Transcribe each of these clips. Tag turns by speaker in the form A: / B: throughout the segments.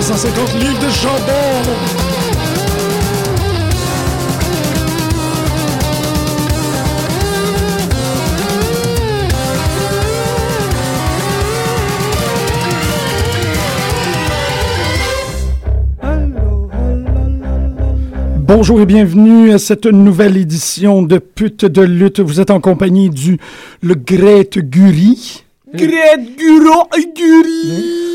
A: 250 livres de chandelles. Bonjour et bienvenue à cette nouvelle édition de Pute de lutte. Vous êtes en compagnie du le Great Guri.
B: Great Guro Guri.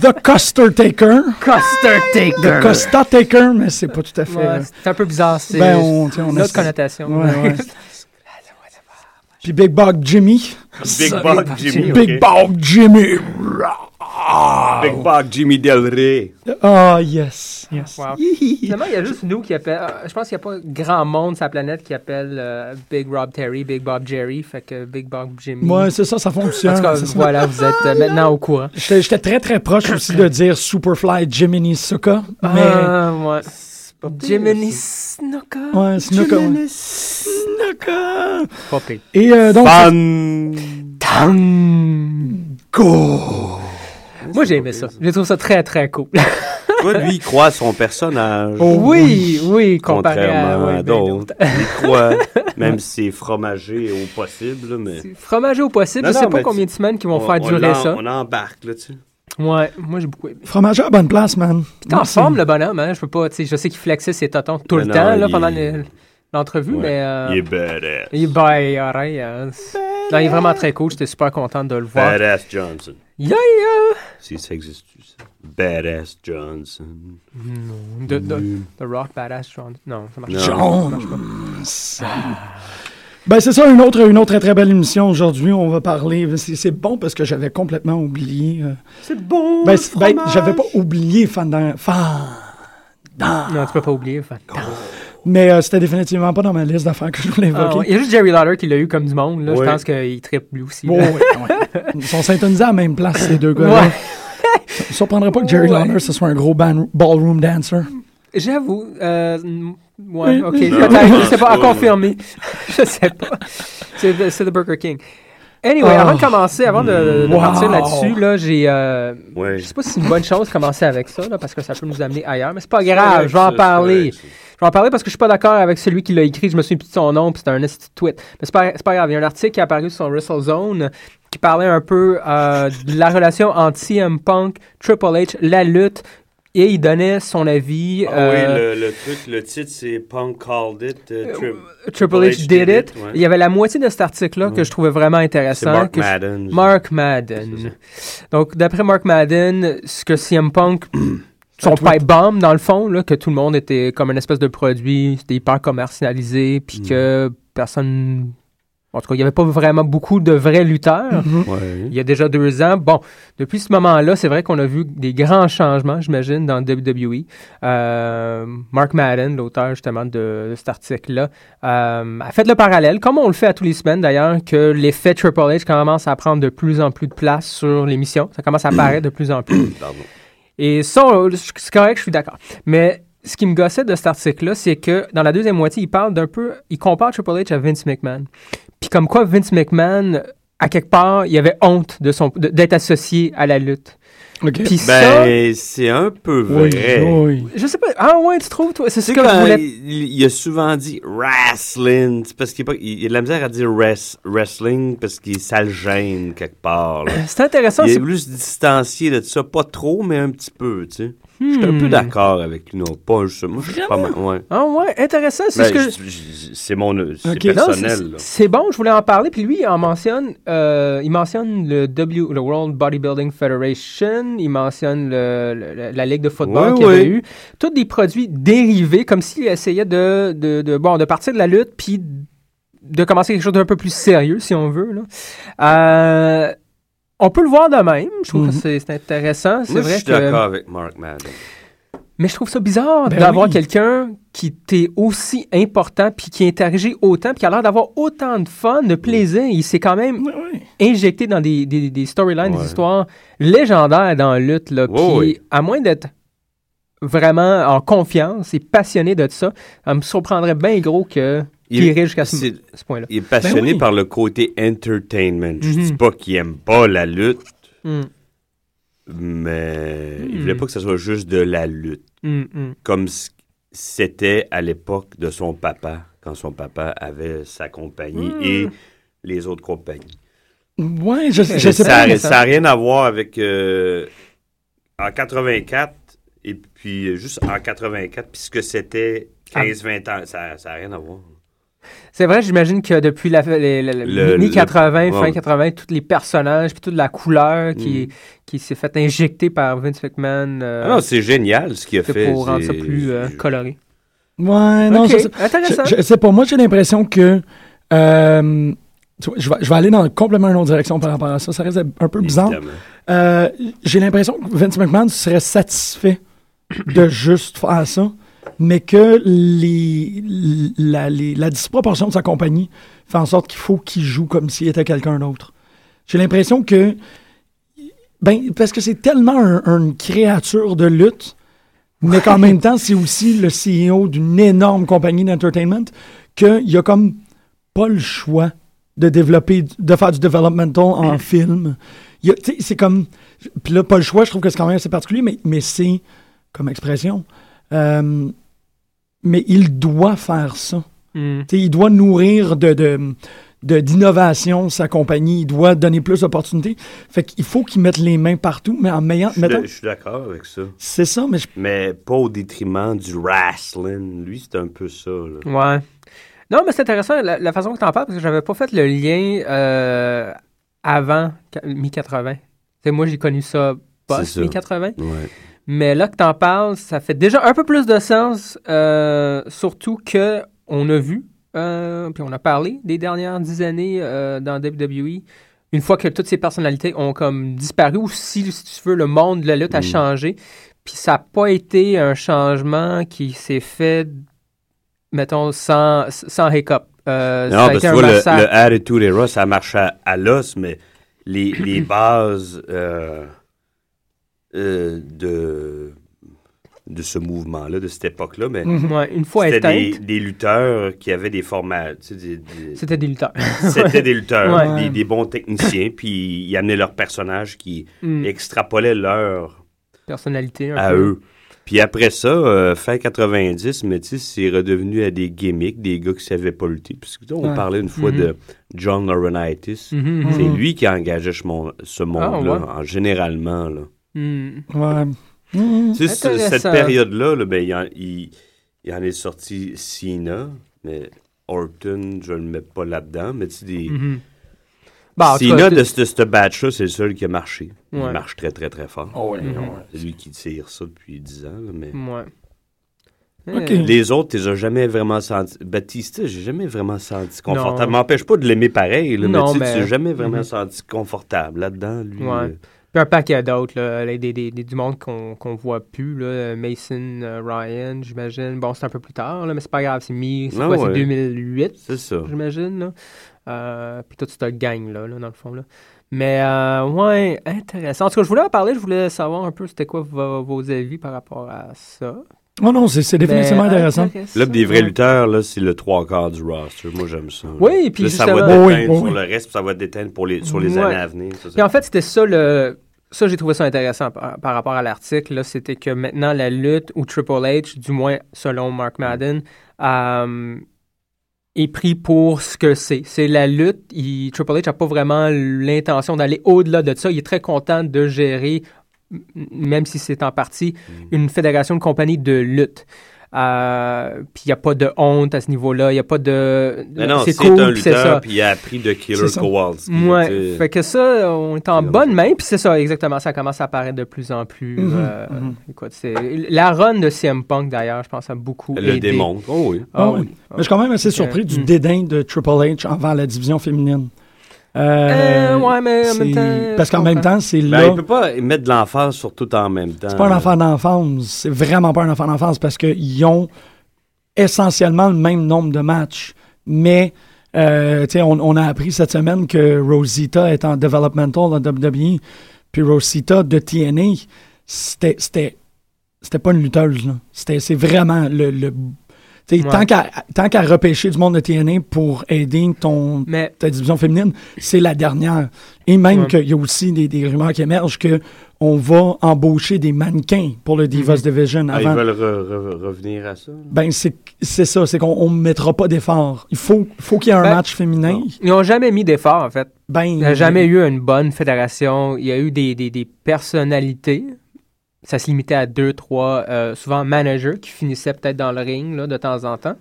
A: The Custer Taker. Ah,
B: Custer Taker.
C: Euh,
A: The Costa Taker, mais c'est pas tout à fait. euh,
B: Ouais, c'est un peu bizarre. C'est
A: Ben, on- tu sais, on
B: une
A: a-
B: autre connotation.
A: Ouais, ouais. Puis Big Bog Jimmy.
C: Big
B: Ça,
C: Bog
B: Big
C: Jimmy.
B: Bog
C: ok.
A: Big Bog Jimmy.
C: Big Bog Jimmy Del Rey.
A: Ah, yes. yes.
B: Wow.
A: Hihi.
B: Finalement, il y a juste nous qui appelle. euh, Je pense qu'il n'y a pas grand monde sur la planète qui appelle euh, Big Rob Terry, Big Bob Jerry, fait que Big Bob Jimmy.
A: Ouais, c'est ça, ça
B: en
A: fonctionne.
B: tout cas,
A: C'est ça.
B: voilà, vous êtes euh, maintenant au courant.
A: J'étais j'étais très très proche aussi de dire Superfly Jiminy Suka, mais
B: Ah, ouais. Jiminy Snooker.
A: Ouais, Snuka,
B: Jiminy
A: ouais. Snuka.
B: Pas pire.
A: Et euh, donc
C: Fan.
A: Go.
B: Moi, j'ai aimé ça. Je trouve ça très, très cool.
C: Toi, lui, il croit à son personnage.
A: Oh,
B: oui, oui, comparé à,
C: Contrairement
B: ouais, ben,
C: à, d'autres. Il croit, même si c'est fromager au possible, là, mais.
B: C'est Fromager au possible,
C: Non,
B: je sais
C: non,
B: pas
C: mais
B: combien de semaines qu'ils vont faire durer
C: l'en-
B: ça.
C: On embarque, là, tu sais.
B: Ouais, moi j'ai beaucoup aimé.
A: Fromager à bonne place, man.
B: T'es en
A: Merci.
B: forme le bonhomme, hein? Je peux pas, tu sais, je sais qu'il flexait ses totons tout
C: Mais
B: le
C: Ben non,
B: temps là,
C: il-
B: pendant le- l'entrevue,
C: Ouais.
B: mais euh,
C: Il est badass.
B: il est bien, alright, hein. Non, il est vraiment très cool, j'étais super content de le voir.
C: Badass Johnson.
B: Yeah, yeah.
C: Si ça existe, tu sais. Badass Johnson.
B: De, de- de Rock Badass John. Non, ça marche
C: Mm. Non.
B: pas.
A: Jones.
B: Ah.
A: Ben c'est ça, une autre, une autre très très belle émission aujourd'hui. On va parler. C'est c'est bon parce que j'avais complètement oublié. euh,
B: C'est bon!
A: Ben, c'est- ben, j'avais pas oublié Fandan. Fandan.
B: Non, tu peux pas oublier. fait.
A: Mais euh, c'était définitivement pas dans ma liste d'affaires que je voulais
B: Ah, ouais.
A: évoquer.
B: Il y a juste Jerry Lawler qui l'a eu comme du monde, là.
C: Ouais.
B: Je pense qu'il tripe lui aussi.
A: Oh,
B: là.
A: ouais, ouais. Ils sont syntonisés à la même place, ces deux gars-là.
B: Ouais.
A: Ça me surprendrait pas que Jerry
B: Ouais.
A: Lawler, ce soit un gros ban- ballroom dancer.
B: J'avoue. Euh, n-
A: Oui,
B: ouais, ok.
A: oui.
B: Peut-être. Je sais pas. À
C: Non.
B: confirmer. je sais pas. C'est de, c'est de Burger King. Anyway,
A: Oh.
B: avant de commencer, avant de, de
A: Wow.
B: partir là-dessus, là, j'ai. euh,
C: Ouais.
B: Je sais pas si c'est une bonne chose de commencer avec ça, là, parce que ça peut nous amener ailleurs, mais c'est pas grave. Je vais en parler. Je vais en parler parce que je suis pas d'accord avec celui qui l'a écrit. Je me souviens plus de son nom, puis c'était un esti de tweet. Mais c'est pas, c'est pas grave. Il y a un article qui est apparu sur WrestleZone qui parlait un peu euh, de la relation entre CM Punk, Triple H, la lutte, et il donnait son avis.
C: Ah
B: euh,
C: oui, le, le truc, le titre, c'est Punk Called It. euh, tri-
B: Triple H did it.
C: ouais. Mm.
B: Il y avait la moitié de cet article-là que je trouvais vraiment
C: C'est
B: intéressant.
C: Mark
B: que je-
C: Madden.
B: Mark Madden. Donc, d'après Mark Madden, ce que CM Punk, son
A: tweet.
B: pipe bomb, dans le fond, là, que tout le monde était comme une espèce de produit, c'était hyper commercialisé, puis que personne. En tout cas, il n'y avait pas vraiment beaucoup de vrais lutteurs.
C: Ouais.
B: Il y a déjà deux ans. Bon, depuis ce moment-là, c'est vrai qu'on a vu des grands changements, j'imagine, dans le WWE. Euh, Mark Madden, l'auteur justement de, de cet article-là, euh, a fait le parallèle, comme on le fait à tous les semaines d'ailleurs, que l'effet Triple H commence à prendre de plus en plus de place sur l'émission. Ça commence à apparaître de plus en plus.
C: Pardon.
B: Et ça, on- c'est correct, je suis d'accord. Mais ce qui me gossait de cet article-là, c'est que dans la deuxième moitié, il parle d'un peu, il compare Triple H à Vince McMahon. Puis comme quoi Vince McMahon, à quelque part, il avait honte de son de- d'être associé à la lutte.
A: OK.
B: Puis ça,
C: Ben, c'est un peu
A: oui,
C: vrai.
A: oui.
B: je sais pas. Ah ouais, tu trouves toi, c'est ce
C: Tu sais,
B: que je
C: quand
B: voulais.
C: il, il a souvent dit wrestling, c'est parce qu'il est pas- il- il a de la misère à dire res- wrestling parce qu'il ça le gêne quelque part. là.
B: C'est intéressant.
C: Il
B: c'est-
C: est plus distancié de ça, pas trop, mais un petit peu, tu sais. Je suis un peu d'accord avec lui, non, pas juste. Moi, je suis pas mal. Ouais.
B: Hmm. Ah ouais, intéressant. C'est
C: Ben,
B: ce que
C: je- je- je- C'est mon. C'est
A: Ok.
B: Non,
C: personnel.
B: c'est-
C: là.
B: C'est bon, je voulais en parler. Puis lui, il en mentionne, euh, il mentionne le W, le World Bodybuilding Federation, il mentionne le- le- le- la Ligue de football
C: Ouais,
B: qu'il avait
C: ouais.
B: eu. Tous des produits dérivés, comme s'il essayait de, de, de- bon, de partir de la lutte, puis de commencer quelque chose d'un peu plus sérieux, si on veut. là. Euh, on peut le voir de même. Je trouve que
A: Mhm.
B: c'est- c'est intéressant. C'est
C: Moi, je
B: vrai
C: suis
B: que. euh,
C: d'accord avec Mark Madden.
B: Mais je trouve ça bizarre
A: Ben
B: d'avoir
A: oui.
B: quelqu'un qui t'est aussi important, puis qui interagit autant, puis qui a l'air d'avoir autant de fun, de plaisir. Il s'est quand même
A: Oui, oui.
B: injecté dans des, des, des storylines, des
C: Ouais.
B: histoires légendaires dans la lutte. Là,
C: Ouais,
B: puis
C: ouais.
B: à moins d'être vraiment en confiance et passionné de ça, ça me surprendrait bien gros que
C: Il-
B: qu'il irait jusqu'à ce,
C: c'est-
B: ce point-là.
C: Il est passionné
A: oui.
C: par le côté entertainment. Je
B: Ben Mhm. Hum,
C: dis pas qu'il aime pas la lutte.
B: Mm.
C: mais il
B: Hmm.
C: voulait pas que ce soit juste de la lutte,
B: Hum, hum.
C: comme c- c'était à l'époque de son papa, quand son papa avait sa compagnie
B: Hmm.
C: et les autres compagnies.
A: Ouais, je, je sais
C: ça
A: pas.
C: n'a
B: ça.
C: rien à voir avec... euh, en 84, et puis euh, juste en 84, puis ce que c'était
B: Ah.
C: 15-20 ans, ça n'a rien à voir.
B: Euh, C'est vrai, j'imagine que depuis la, les- les- les
C: Le-
B: mini 80,
C: le-
B: fin
C: ouais. Mm.
B: 80, tous les personnages, puis toute la couleur qui, qui s'est fait injecter par Vince McMahon euh,
C: Ah non, c'est génial ce qu'il a
B: c'est
C: fait.
B: pour rendre ça
C: c'est-
B: plus euh, coloré.
A: Ouais, non,
B: Ok,
A: je sais-
B: intéressant.
A: Je, je sais pas, moi j'ai l'impression que euh, tu vois, je, vais, je vais aller dans complètement une autre direction par rapport à ça. Ça reste un peu bizarre.
C: Évidemment.
A: Euh, j'ai l'impression que Vince McMahon serait satisfait de juste faire ça, mais que les, la, les- la disproportion de sa compagnie fait en sorte qu'il faut qu'il joue comme s'il était quelqu'un d'autre. J'ai l'impression que. Ben, parce que c'est tellement un- une créature de lutte, mais qu'en même temps, c'est aussi le CEO d'une énorme compagnie d'entertainment, qu'il y a comme pas le choix de développer, de faire du developmental en film. Il y a- tu sais, C'est comme. Puis là, pas le choix, je trouve que c'est quand même assez particulier, mais, mais c'est comme expression. Euh, mais il doit faire ça.
B: Hum.
A: Tu sais, il doit nourrir de, de, de- d'innovation sa compagnie. Il doit donner plus d'opportunités. Fait qu'il faut qu'il mette les mains partout, mais en meillant-
C: Je suis
A: mettant-
C: d'ac- je suis d'accord avec ça.
A: C'est ça, mais je-
C: Mais pas au détriment du wrestling. Lui, c'est un peu ça. là.
B: Ouais. Non, mais c'est intéressant la, la façon que t'en parles parce que j'avais pas fait le lien euh, avant mi-80. T'sais, moi, j'ai connu ça
C: C'est ça.
B: post-mi-80.
C: Ouais.
B: Mais là que t'en parles, ça fait déjà un peu plus de sens, euh, surtout que on a vu, euh, puis on a parlé des dernières dix années euh, dans WWE. Une fois que toutes ces personnalités ont comme disparu, ou si, si tu veux, le monde de la lutte a
C: Mm.
B: changé, puis ça n'a pas été un changement qui s'est fait, mettons, sans, sans hiccup. Euh, ça
C: Non,
B: a
C: parce
B: été
C: que
B: un
C: tu vois, le,
B: massacre.
C: le Attitude Era, ça marche à, à l'os, mais les, les bases euh, euh, de, de ce mouvement-là, de cette époque-là, mais
B: Ouais, une fois
C: c'était
B: éteinte,
C: des, des lutteurs qui avaient des formats. tu sais, des- des-
B: c'était des lutteurs.
C: C'était des lutteurs,
A: Ouais.
C: des, des bons techniciens, puis ils amenaient leurs personnages qui
B: Mm.
C: extrapolaient leur
B: Personnalité. un
C: à
B: peu.
C: eux. Puis après ça, euh, fin 90, mais tu sais, c'est redevenu à des gimmicks, des gars qui savaient pas lutter. Parce que, tu sais, on
A: Ouais.
C: parlait une fois
B: Mhm.
C: de John Laurinaitis.
B: Mhm, mhm.
C: C'est lui qui a engagé ce mon- ce monde-là,
B: Ah, ouais.
C: en- généralement. Là.
B: Mm.
A: ouais. Mmh.
C: Tu sais, ce-
B: Intéressant.
C: cette période-là, là, ben, il, en, il- il en est sorti Cena, mais Orton, je le mets pas là-dedans. Mais tu sais, des...
B: Mhm. Bah, en tout
C: Cena,
B: cas,
C: de ce ce batch-là, c'est le seul qui a marché.
B: Ouais.
C: Il marche très, très, très fort.
B: Mhm.
C: C'est lui qui tire ça depuis 10 ans. là, mais...
B: Ouais.
A: Ok.
B: Euh,
C: Les autres, tu les as jamais vraiment senti. Baptiste, j'ai jamais vraiment senti confortable.
B: Non.
C: M'empêche pas de l'aimer pareil, là,
B: Non,
C: mais tu
B: mais-
C: sais, tu t'es jamais vraiment
B: Mhm.
C: senti confortable là-dedans, lui.
B: Ouais.
C: euh,
B: Puis un paquet d'autres, là, les- des, des, des- du monde qu'on qu'on voit plus, là, Mason, euh, Ryan, j'imagine. Bon, c'est un peu plus tard, là, mais c'est pas grave, c'est mi, c'est
C: Ah
B: quoi, c'est
C: ouais.
B: 2008,
C: C'est ça.
B: j'imagine, là. Euh, puis toute cette gang, là, là, dans le fond, là. Mais, euh, ouais, intéressant. En tout cas, je voulais en parler, je voulais savoir un peu c'était quoi vo- vos avis par rapport à ça.
A: Oh non, c'est, c'est définitivement
B: Mais euh,
A: intéressant.
C: Là, des vrais
B: ouais.
C: lutteurs, là, c'est le trois quarts du roster. Moi, j'aime ça. là.
B: Oui, puis
C: Là, ça va
B: justement-
C: déteindre
A: Oui, oui,
C: sur
A: oui.
C: le reste, puis ça va déteindre pour les, sur les
B: Ouais.
C: années à venir. c'est ça.
B: Puis en fait, c'était ça le. Ça, j'ai trouvé ça intéressant par, par rapport à l'article. là. C'était que maintenant, la lutte, ou Triple H, du moins selon Mark Madden, euh, est pris pour ce que c'est. C'est la lutte. Il- Triple H n'a pas vraiment l'intention d'aller au-delà de ça. Il est très content de gérer, m- même si c'est en partie,
C: Mm.
B: une fédération de compagnies de lutte. Euh, puis il n'y a pas de honte à ce niveau-là. Il n'y a pas de.
C: Mais non, c'est
B: cool,
C: un
B: puis c'est ça.
C: lutteur, puis il a appris de Killer
A: C'est ça.
C: Kowalski.
B: Ouais,
C: tu sais.
B: fait que ça, on est en
C: C'est
B: bonne
C: comme
B: main, puis c'est ça, exactement, ça commence à apparaître de plus en plus.
A: Mhm,
B: euh,
A: mhm.
B: écoute, c'est- la run de CM Punk, d'ailleurs, je pense à beaucoup
C: Le
B: aidé.
C: démontre. Oh oui.
B: Ah
A: Ah
B: oui.
A: oui. Mais je suis quand même assez
B: Ok.
A: surpris du
B: Mm.
A: dédain de Triple H envers la division féminine. Euh,
B: Euh, ouais, mais en même
A: c'est-
B: temps...
A: parce
B: je
A: qu'en même
B: comprends.
A: temps, c'est
C: Ben,
A: là.
C: il peut pas mettre de l'emphase sur tout en même temps.
A: C'est pas un enfant d'enfance. C'est vraiment pas un enfant d'enfance parce qu'ils ont essentiellement le même nombre de matchs. Mais, euh, tu sais, on, on a appris cette semaine que Rosita est en developmental dans WWE. Puis Rosita de TNA, c'était, c'était, c'était pas une lutteuse. là. C'était, c'est vraiment le, le- T'sais,
B: Ouais.
A: Tant qu'à tant qu'à repêcher du monde de TNA pour aider ton,
B: Mais
A: ta division féminine, c'est la dernière. Et même
B: Ouais.
A: qu'il y a aussi des, des rumeurs qui émergent que on va embaucher des mannequins pour le Divas Division
C: Ah, ils
A: avant.
C: veulent re- re- revenir à ça. là?
A: ben c'est c'est ça, c'est qu'on ne mettra pas d'effort. Il faut, faut qu'il y ait un
B: Ben,
A: match féminin.
B: ils n'ont jamais mis d'effort, en fait.
A: Ben,
B: Il n'y a jamais eu une bonne fédération. Il y a eu des, des- des personnalités. Ça se limitait à deux, trois, euh, souvent managers qui finissaient peut-être dans le ring là, de temps en temps.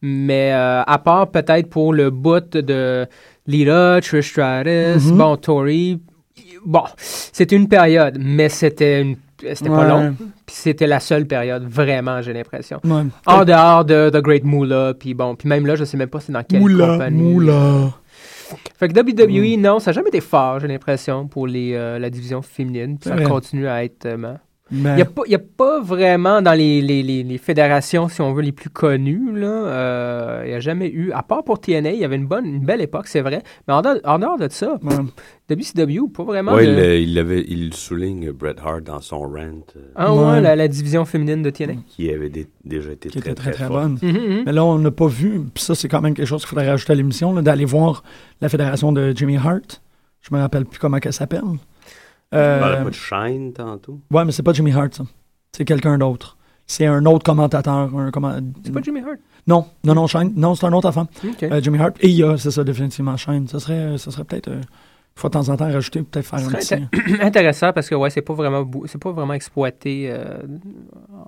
B: Mais euh, à part peut-être pour le bout de Lila, Trish Stratus,
A: Mhm.
B: bon, Tori. Bon, c'était une période, mais c'était une- c'était pas
A: Ouais.
B: long. Puis c'était la seule période, vraiment, j'ai l'impression.
A: Ouais.
B: En dehors de The Great Moolah, puis bon, puis même là, je sais même pas c'est dans quelle
A: Moula,
B: compagnie.
A: moula.
B: Fait que WWE,
A: Mm.
B: non, ça n'a jamais été fort, j'ai l'impression, pour les, euh, la division féminine.
A: C'est
B: Puis ça
A: vrai.
B: continue à être. euh, Il
A: Ben,
B: n'y a, pas- y a pas vraiment dans les, les, les, les fédérations, si on veut, les plus connues, il n'y a jamais eu, à part pour TNA, il y avait une bonne, une belle époque, c'est vrai. Mais en, dehors- en dehors de ça,
A: ouais.
B: WCW, pas vraiment.
C: Ouais,
B: de-
C: il, euh, il, l'avait- il le souligne Bret Hart dans son rant euh,
B: Ah ouais,
A: Ouais.
B: La, la division féminine de TNA.
C: qui avait dé- déjà été
A: qui
C: très,
A: était très, très
C: fort.
A: bonne.
B: Mhm, mhm.
A: Mais là, on n'a pas vu, puis ça, c'est quand même quelque chose qu'il faudrait rajouter à l'émission, là, d'aller voir la fédération de Jimmy Hart. Je me rappelle plus comment qu'elle s'appelle.
C: On
A: Euh,
C: parlait pas de Shine tantôt.
A: ouais, mais c'est pas Jimmy Hart, ça. C'est quelqu'un d'autre. C'est un autre commentateur. Un comment...
B: C'est pas Jimmy Hart.
A: Non, non, non, Shane. Non, c'est un autre enfant.
B: Ok.
A: Euh, Jimmy Hart. Et il y a, c'est ça, définitivement Shane. Ça serait, ça serait peut-être, euh, faut de temps en temps rajouter, peut-être faire
B: Ce
A: un
B: serait
A: petit.
B: Intéressant parce que ouais, c'est pas vraiment bou- c'est pas vraiment exploité euh,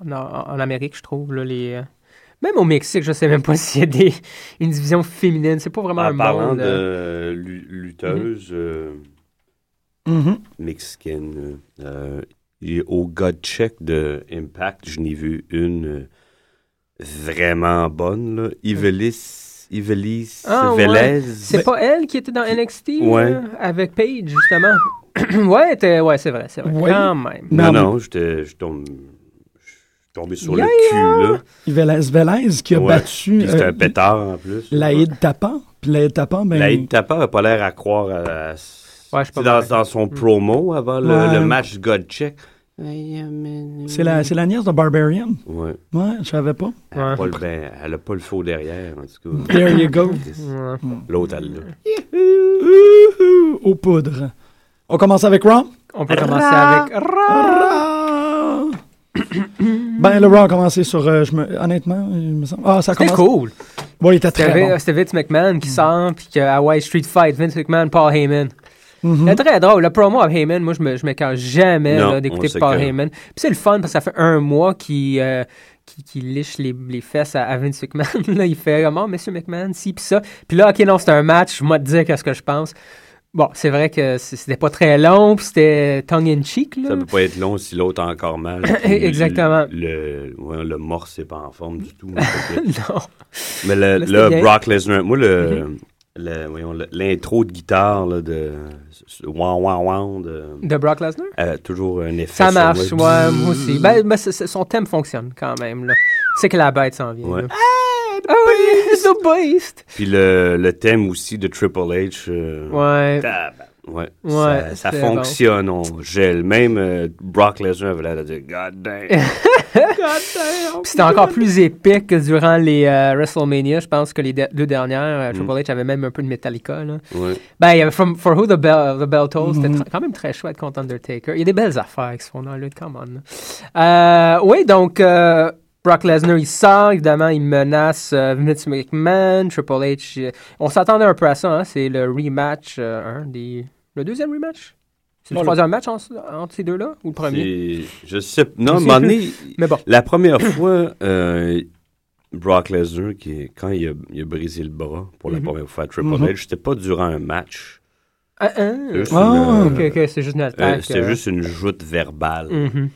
B: en, en- en Amérique, je trouve là, les euh, même au Mexique, je sais même pas s'il y a des, une division féminine, c'est pas vraiment un
C: En parlant
B: monde,
C: de
B: euh,
C: euh, lu- lutteuse euh,
A: Mhm.
C: mexicaine, euh, et au God Check de Impact, je n'ai vu une euh, vraiment bonne. Là. Ivelis, Ivelis
B: Ah, ouais.
C: Velez.
B: C'est pas elle qui était dans NXT
C: Ben- Ouais.
B: là, avec Paige justement. ouais, elle était- ouais, c'est vrai, c'est vrai.
A: Ouais.
B: Quand même.
A: Non,
C: Non, non, j'étais- je tombe- je suis tombé sur
B: Yeah,
C: le cul, là.
A: Velez Velez qui a
C: Ouais.
A: battu
C: Puis c'était
A: euh,
C: un pétard, en plus.
A: Laïd Tappan. Puis Laïd Tappan, ben.
C: Laïd Tapa n'a pas l'air à croire à, à-
B: Ouais, je suis pas Mm.
C: tu sais, dans,
B: pareil.
C: dans son promo avant le,
A: Ouais.
C: le match God Check.
A: C'est la, c'est la nièce de Barbarian.
C: Ouais.
A: Ouais, je savais pas.
C: Elle n'a
B: Ouais.
C: pas, le- ben, elle a pas le faux derrière, en tout cas.
A: There you go.
B: Ouais.
C: L'autre, elle l'a.
A: Ouhou, Aux poudres. On commence avec Raw.
B: On peut commencer avec
A: Raw. ben, le Raw a commencé sur. euh, je me- honnêtement, il me semble. Ah, ça
B: C'était
A: commence.
B: cool.
A: Ouais, il était très
B: C'était
A: bon.
B: c'était Vince McMahon qui sort puis que Hawaii Street Fight, Vince McMahon, Paul Heyman.
A: Mhm.
B: C'est très drôle. Le promo à Heyman, moi, je me, je m'écarte jamais
C: Mm. Non,
B: là,
C: on
B: d'écouter
C: sait
B: Paul
C: que-
B: Heyman. Puis c'est le fun parce que ça fait un mois qu'il euh, qu'il- qu'il liche les, les fesses à, à Vince McMahon. là, il fait comment, Monsieur McMahon, si, puis ça. Puis là, OK, non, c'est un match. Moi, te dire qu'est-ce que je pense. Bon, c'est vrai que c- c'était pas très long, puis c'était tongue in cheek. Là.
C: Ça peut pas être long si l'autre a encore mal.
B: Exactement.
C: Le, le, ouais, le morse n'est pas en forme du tout. Fait que-
B: non.
C: Mais
B: Mais
C: le, là,
B: c'était bien. Mm-hmm.
C: Brock Lesnar, moi, le, le- voyons, le- l'intro de guitare là, de Wan Wan Wan, de-
B: De Brock Lesnar?
C: elle a toujours un effet.
B: Ça
C: sur
B: marche, ouais,
C: moi.
B: moi aussi. Ben, ben, c'est- c'est- son thème fonctionne quand même. Là. Tu sais que la bête s'en vient.
C: Ouais.
B: là. Ah oui, The Beast!
C: Puis le, le thème aussi de Triple H. euh,
B: Ouais.
C: tabarnak. Ouais,
B: Ouais,
C: ça, ça
B: c'est
C: fonctionne, on gèle. Même euh, Brock Lesnar avait l'air de dire God damn.
B: Puis c'était encore plus épique que durant les euh, WrestleMania. Je pense que les de- deux dernières, euh, Triple H avait même un peu de Metallica. Là.
C: Ouais.
B: Ben, il y avait From- For Who the Bell, the Bell Tolls. C'était tr- quand même très chouette contre Undertaker. Il y a des belles affaires qui se font dans la lutte, come on. là. Euh, oui, donc, euh, Brock Lesnar, il sort. Évidemment, il menace euh, Vince McMahon, Triple H. euh, on s'attendait un peu à ça. hein. C'est le rematch, euh, un des... le deuxième rematch? C'est le
A: Non, le-
B: troisième match en- entre ces deux-là? Ou le premier?
C: C'est- Je sais. Non, à un
B: sais
C: moment
B: plus.
C: donné,
B: Mais bon.
C: la première fois, euh, Brock Lesnar, qui, quand il a, il a brisé le bras pour la
B: Mhm.
C: première fois à Triple
A: Mhm.
C: H, c'était pas durant un match.
B: Ah, hein?
C: C'était juste
A: Ah,
C: une,
B: Ok,
C: euh,
B: ok, c'est juste une
C: euh,
B: attaque.
C: c'était
B: euh,
C: juste une joute verbale.
B: Mhm.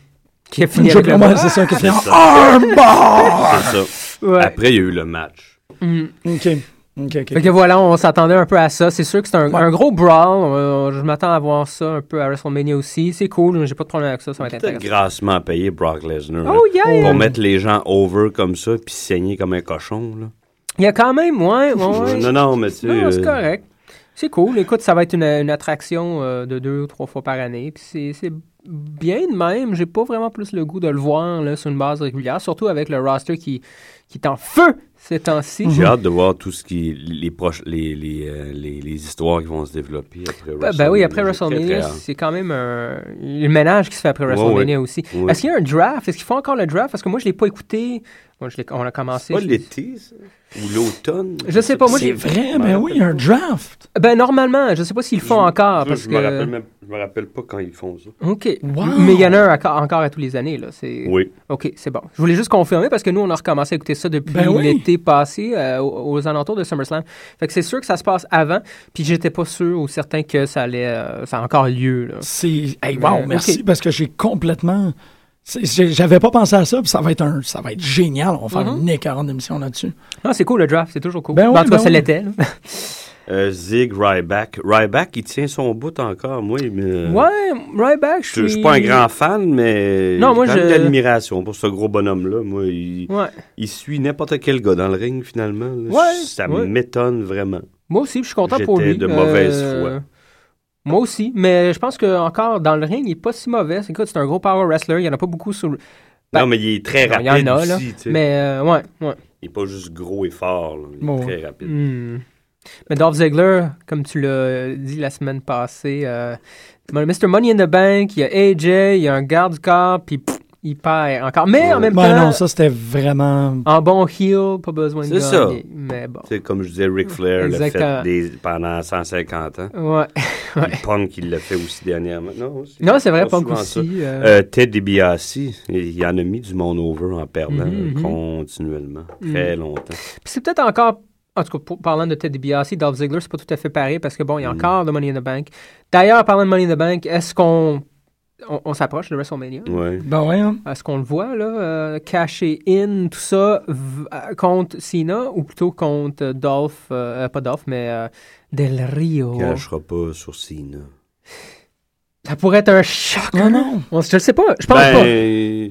B: Qui a
A: Une
B: fini
A: joke
B: avec le Ah,
A: pour moi, c'est
B: bras.
A: ça qui fait.
C: C'est ça. C'est ça.
B: Ouais.
C: Après, il y a eu le match.
B: Mm.
A: Ok. Ok, ok.
B: Fait que voilà, on s'attendait un peu à ça. C'est sûr que c'est un,
A: Ouais.
B: un gros brawl. Euh, je m'attends à voir ça un peu à WrestleMania aussi. C'est cool, j'ai pas de problème avec ça. Ça va être
C: C'était
B: intéressant.
C: grassement payé, Brock Lesnar. là,
B: Oh yeah!
C: Pour
B: yeah.
C: mettre les gens over comme ça, puis saigner comme un cochon. Là.
B: Il y a quand même, ouais, ouais, ouais.
C: Non, non, mais tu sais.
B: Non, c'est
C: euh,
B: correct. C'est cool. Écoute, ça va être une, une attraction euh, de deux ou trois fois par année. Puis c'est- c'est bien de même. J'ai pas vraiment plus le goût de le voir là, sur une base régulière, surtout avec le roster qui, qui est en feu ces temps-ci.
C: J'ai hâte de voir tout ce qui les proches les, les, euh, les- les histoires qui vont se développer après
B: Ben,
C: WrestleMania.
B: ben oui, après
C: J'ai très,
B: WrestleMania,
C: très hâte.
B: c'est quand même un... le ménage qui se fait après
C: Ouais,
B: WrestleMania aussi.
C: Oui.
B: Est-ce qu'il y a un draft? Est-ce qu'ils font encore le draft? Parce que moi, je l'ai pas écouté. Moi, je l'ai- On a commencé.
C: C'est pas
B: je-
C: l'été, ça? Ou l'automne?
B: Je sais pas, moi,
A: C'est
B: j'ai-
A: vrai, mais oui, il y a un draft.
B: Ben normalement, je sais pas s'ils le font
C: Je-
B: encore.
C: je-
B: parce
C: je
B: que...
C: me rappelle même- je me rappelle pas quand ils font ça.
B: OK.
A: Wow.
B: Mais il y en a un encore, encore à tous les années. Là. C'est...
C: Oui.
B: OK, c'est bon. Je voulais juste confirmer parce que nous, on a recommencé à écouter ça depuis
A: Ben oui.
B: l'été passé, euh, aux, aux alentours de SummerSlam. Fait que c'est sûr que ça se passe avant, puis j'étais pas sûr ou certain que ça allait, euh, ça a encore lieu. là.
A: C'est. Hey,
B: Euh,
A: wow,
B: ok.
A: merci, parce que j'ai complètement. c'est- j'ai- J'avais pas pensé à ça, puis ça va être un, ça va être génial. On va faire
B: Mhm.
A: une écœurante émission là-dessus.
B: Non, c'est cool le draft, c'est toujours cool.
A: Ben oui,
B: en tout cas,
A: ben
B: ça
A: oui.
B: l'était. là.
C: Euh, Zig Ryback. Ryback, il tient son bout encore, moi. il me-
B: ouais, right back. Je
C: Je
B: suis
C: je suis pas un grand fan, mais
B: Non, moi,
C: j'ai quand même
B: je-
C: de l'admiration pour ce gros bonhomme-là. Moi, il,
B: Ouais.
C: il suit n'importe quel gars dans le ring, finalement. là.
B: Ouais,
C: ça
B: ouais.
C: m'étonne vraiment.
B: Moi aussi, je suis content pour
C: J'étais
B: lui. euh,
C: de mauvaise foi.
B: Moi aussi, mais je pense que encore dans le ring, il est pas si mauvais. Écoute, c'est un gros power wrestler. Il y en a pas beaucoup sur. Ben,
C: non, mais il est très
B: il
C: rapide
B: y en a,
C: aussi, tu sais.
B: Mais euh, ouais, ouais.
C: Il est pas juste gros et fort. là. Il est
A: Bon,
C: très rapide.
B: Hmm. Mais Dolph Ziggler, comme tu l'as dit la semaine passée, euh, Mr. Money in the Bank, il y a AJ, il y a un garde du corps, puis pff, il perd encore. Mais en
C: Ouais.
B: même
A: Ben
B: temps,
A: non, ça c'était vraiment.
B: en bon heel, pas besoin de
C: C'est ça.
B: gagner. Mais bon.
C: Tu sais, comme je disais, Ric Flair l'a
B: Mm. Exactement.
C: fait des- pendant 150 ans.
B: Ouais. Ouais.
C: Puis Punk, il l'a fait aussi dernièrement. Non, c'est-
B: Non, c'est vrai,
C: pas
B: Punk
C: souvent
B: aussi.
C: ça.
B: euh,
C: Euh, Ted DiBiase, il en a mis du monde over en perdant
B: Mhm, mhm.
C: continuellement, très
B: Mm.
C: longtemps.
B: Puis c'est peut-être encore. En tout cas, pour- parlant de Ted DiBiase, Dolph Ziggler, c'est pas tout à fait pareil parce que bon, il y a encore de Money in the Bank. D'ailleurs, parlant de Money in the Bank, est-ce qu'on on, on s'approche de WrestleMania?
C: Ouais.
A: Ben ouais, hein.
B: Est-ce qu'on le voit, là? euh, caché in, tout ça, v- euh, contre Cena ou plutôt contre euh, Dolph, euh, euh, pas Dolph, mais euh, Del Rio?
C: Il lâchera pas sur Cena.
B: Ça pourrait être un choc.
A: Non, non.
B: On- je le sais pas, je pense
C: Ben,
B: pas.
C: euh,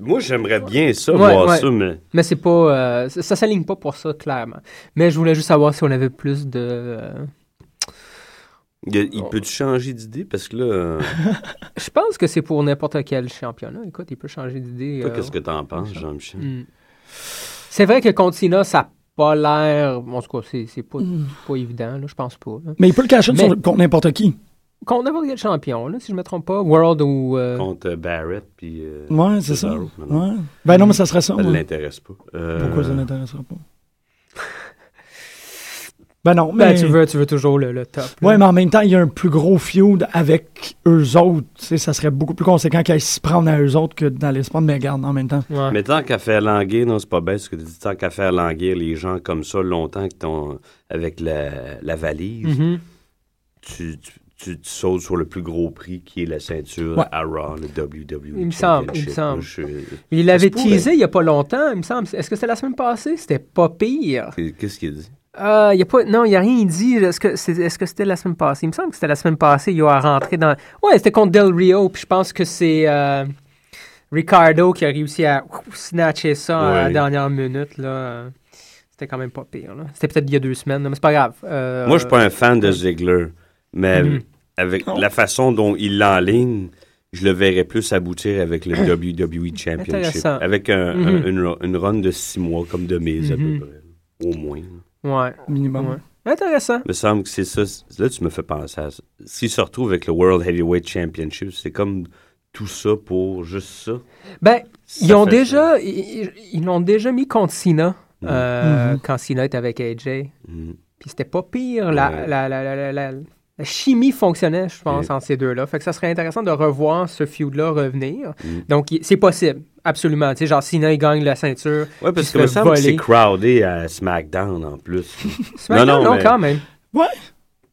C: moi, j'aimerais bien ça,
B: Ouais,
C: voir
B: ouais.
C: ça, mais
B: Mais c'est pas. euh, ça ça s'aligne pas pour ça, clairement. Mais je voulais juste savoir si on avait plus de. euh,
C: il, il
B: Oh.
C: peut changer d'idée parce que là, euh,
B: Je pense que c'est pour n'importe quel championnat. Écoute, il peut changer d'idée.
C: toi,
B: euh,
C: qu'est-ce que t'en penses, Jean-Michel?
B: hmm. C'est vrai que contre Cena, ça n'a pas l'air. En tout cas, c'est, c'est pas, pas évident, là, je pense pas. là.
A: Mais il peut le cacher
B: Mais-
A: sur- contre n'importe qui.
B: Contre n'importe quel champion, là, si je me trompe pas, World ou. euh,
C: Contre euh, Barrett, puis. euh,
A: Ouais, c'est ça.
C: Cesaro, non, non,
A: Ouais. Ben non, mais ça serait ça.
C: Ça ne
A: moi.
C: l'intéresse pas. Euh,
A: Pourquoi ça n'intéressera pas? Ben non, mais.
B: ben, tu, veux, tu veux toujours le, le top. là.
A: Ouais, mais en même temps, il y a un plus gros feud avec eux autres. Tu sais, ça serait beaucoup plus conséquent qu'ils se prendre à eux autres que d'aller se prendre, mais garde en même temps.
B: Ouais.
C: Mais tant qu'à faire languir, non, c'est pas bête ce que tu dis. Tant qu'à faire languir les gens comme ça longtemps que t'ont- avec la, la valise,
B: Mhm.
C: tu, tu, tu- tu sautes sur le plus gros prix qui est la ceinture
A: Ouais.
C: à Raw, le WWE.
B: Il me semble, il me
C: Championship.
B: semble.
C: Moi, je-
B: Il l'avait
C: se pourrait.
B: teasé il y a pas longtemps, il me semble. Est-ce que c'était la semaine passée? C'était pas pire.
C: Qu'est- Qu'est-ce qu'il a dit?
B: Euh, il y a pas, non, il n'y a rien dit. Est-ce que, c'est- est-ce que c'était la semaine passée? Il me semble que c'était la semaine passée. Il a rentré dans. Ouais, c'était contre Del Rio. Puis je pense que c'est euh, Ricardo qui a réussi à ouf, snatcher ça à la
C: Ouais.
B: dernière minute. Là. Euh, C'était quand même pas pire. là. C'était peut-être il y a deux semaines, là, mais c'est pas grave. Euh,
C: Moi, je suis pas un fan de Ziggler, mais
B: Mhm.
C: avec la façon dont il l'enligne, je le verrais plus aboutir avec le WWE Championship.
B: Intéressant.
C: Avec un-
B: Mhm.
C: un- une, ro- une run de six mois, comme de mes à
B: Mhm.
C: peu près. Au moins.
B: Ouais.
A: Minimum.
B: ouais. Intéressant.
C: Il me semble que c'est ça. c'est- Là, tu me fais penser à ça. S'il se retrouve avec le World Heavyweight Championship, c'est comme tout ça pour juste ça.
B: Ben,
C: Ça Mm.
B: ils ont
C: fait
B: déjà, ils, ils- ils l'ont déjà mis contre Cena euh,
C: Mm-hmm.
A: Mhm.
B: quand Cena était avec AJ.
C: Mhm.
B: Puis c'était pas pire. La,
C: Ouais.
B: la, la, la, la, la- la chimie fonctionnait, je pense,
C: Mm.
B: entre ces deux-là. Fait que ça serait intéressant de revoir ce feud-là revenir.
C: Mm.
B: Donc, il- c'est possible, absolument. Tu sais, genre, Cena, il gagne la ceinture.
C: Ouais,
B: Puis
C: parce
B: se
C: que me
B: fait
C: semble que
B: voler.
C: c'est crowdé à SmackDown en plus.
B: SmackDown, non,
C: non, mais-
B: quand même.
A: Ouais.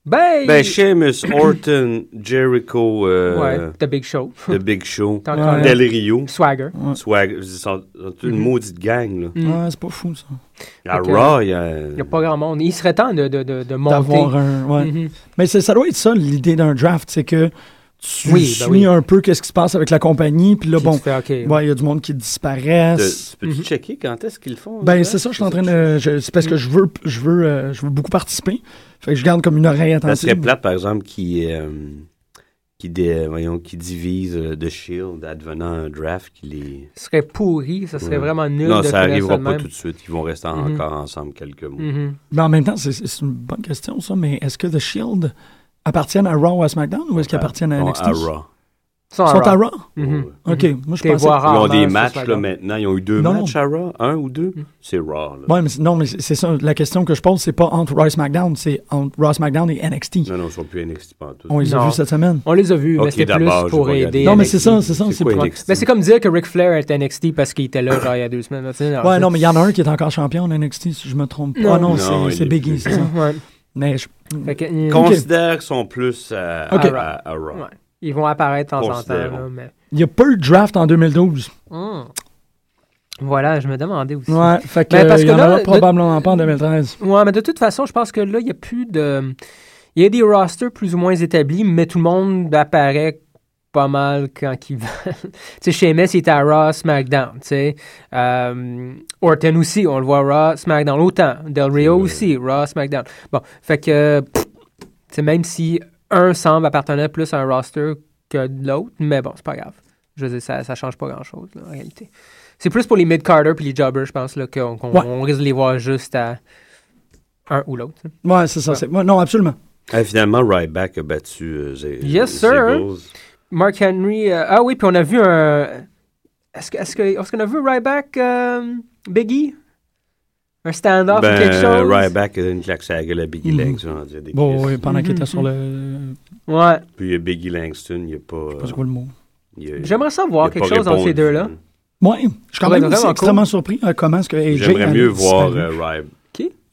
B: Ben,
C: ben,
B: il-
C: Sheamus, Orton, Jericho,
B: ouais,
C: euh,
B: The Big Show.
C: The Big Show,
B: T'as encore
A: Ouais.
B: le-
C: Del Rio,
B: Swagger.
C: Swag, ils sont, ils sont une
B: Mhm.
C: maudite gang. Là.
B: Mm.
A: Ouais, c'est pas fou, ça.
C: À
B: Ok.
C: Raw, il y a.
B: Il n'y a pas grand monde. Il serait temps de, de, de, de
A: D'avoir
B: monter.
A: un. Ouais.
B: Mhm.
A: Mais c'est- ça doit être ça, l'idée d'un draft. C'est que tu
B: Oui, ben
A: suis
B: oui.
A: un peu qu'est-ce qui se passe avec la compagnie, puis là,
B: Puis
A: bon,
B: tu fais, OK,
A: ouais, il y a du monde qui
C: de-
A: disparaissent.
C: tu peux-tu
B: Mhm.
C: checker quand est-ce qu'ils le font?
A: Ben,
C: hein?
A: c'est ça, je suis en train de. je- C'est
B: Mm.
A: parce que je veux, je, veux, euh, je veux beaucoup participer. Fait que je garde comme une oreille
C: Ça
A: attentive.
C: serait plate, par exemple, qui, euh, qui, dé- voyons, qui divise euh, The Shield advenant un draft qui les.
B: Ce serait pourri, ça serait
C: Ouais.
B: vraiment nul.
C: non,
B: de
C: ça
B: finir
C: arrivera
B: de
C: pas
B: même.
C: tout de suite. Ils vont rester
B: Mhm.
C: encore ensemble quelques mois.
B: Mhm.
A: Mais en même temps, c'est- c'est une bonne question, ça, mais est-ce que The Shield appartiennent à Raw ou à SmackDown ou est-ce qu'ils
C: Ouais,
A: appartiennent à
C: Ils
A: NXT?
C: sont à Raw.
B: Ils sont
A: Ils
B: à
A: sont à
B: Raw.
A: Raw?
B: Mhm.
C: Ouais.
A: OK, moi, je
B: T'es
A: pensais...
B: voir
C: Ils ont
B: rarement
C: des
B: sur
C: matchs là,
B: SmackDown.
C: maintenant. Ils ont eu deux
A: Non,
C: matchs à Raw, un ou deux.
B: Mhm.
C: C'est Raw. Là.
A: Ouais, mais c'est- non, mais c'est c'est ça. La question que je pose, c'est pas entre Raw et SmackDown, c'est entre Raw, SmackDown et NXT.
C: Non, non, ils sont plus NXT pantoute.
A: On les
B: Non.
A: a vus cette semaine.
B: On les a vus, mais
C: Ok,
B: c'était
C: d'abord,
B: plus
C: je
B: pour
C: vais regarder.
B: aider.
A: Non, mais
B: NXT.
A: c'est ça, c'est ça.
C: C'est
A: c'est
C: quoi
A: pour-
B: Ouais.
C: NXT?
B: Mais c'est comme dire que Ric Flair était NXT parce qu'il était là genre il y a deux semaines. tu sais, alors,
A: Ouais,
B: c'est-
A: non, mais il y en a un qui est encore champion en NXT, si je me trompe
B: Non.
A: pas. Ah non,
C: Non, il
A: c'est- c'est
C: est
A: Biggie,
C: plus.
A: c'est ça.
B: Ouais.
A: Mais je-
B: Fait que, euh,
A: Con-
C: Considère qu'ils sont plus à,
A: Ok.
C: à- à- à Raw.
B: ouais. Ils vont apparaître de temps en temps.
C: Considérons.
B: là, mais-
A: il y a peu de draft en 2012.
B: Hmm. Voilà, je me demandais aussi.
A: Ouais, fait que,
B: Ben, parce
A: il y
B: que
A: en
B: là,
A: aura
B: de-
A: probablement pas en 2013.
B: Ouais, mais de toute façon, je pense que là, il n'y a plus de. Il y a des rosters plus ou moins établis, mais tout le monde apparaît pas mal quand ils veulent. tu sais, Sheamus, il est à Raw, SmackDown, tu sais. Euh, Orton aussi, on le voit Raw, SmackDown autant. Del Rio
C: Ouais.
B: aussi, Raw, SmackDown. Bon, fait que, pff, tu sais, même si un semble appartenir plus à un roster que de l'autre, mais bon, c'est pas grave. Je veux dire, ça, ça change pas grand-chose, là, en réalité. C'est plus pour les mid-carter puis les jobbers, je pense, là, qu'on qu'on-
A: Ouais.
B: on risque de les voir juste à un ou l'autre. tu sais.
A: Ouais, c'est ça.
B: Ouais.
A: c'est- ouais, non, absolument.
C: Ah, finalement, Ryback a battu euh, Ze-
B: Yes, sir.
C: Ziggles.
B: Mark Henry. euh, ah oui, puis on a vu un. Est-ce que- est-ce que- est-ce qu'on a vu Ryback, euh, Biggie Un stand-off ou quelque
C: Ben,
B: chose
C: Ryback a donné une claque sur la gueule à Biggie
A: Mhm.
C: Langston. on dirait des
A: Bon,
C: crises.
A: ouais, pendant qu'il
B: Mhm.
A: était sur le.
B: Ouais.
C: Puis euh, Biggie Langston, il n'y a pas.
A: Je sais pas c'est quoi le mot.
B: J'aimerais savoir quelque chose entre ces deux-là.
A: Ouais, je suis quand
B: Ouais,
A: même
B: Ah ben, vraiment
A: aussi
B: cool.
A: extrêmement surpris à comment est-ce que AJ.
C: J'aimerais
A: elle a
C: mieux voir
A: disparu.
C: euh, Ryback.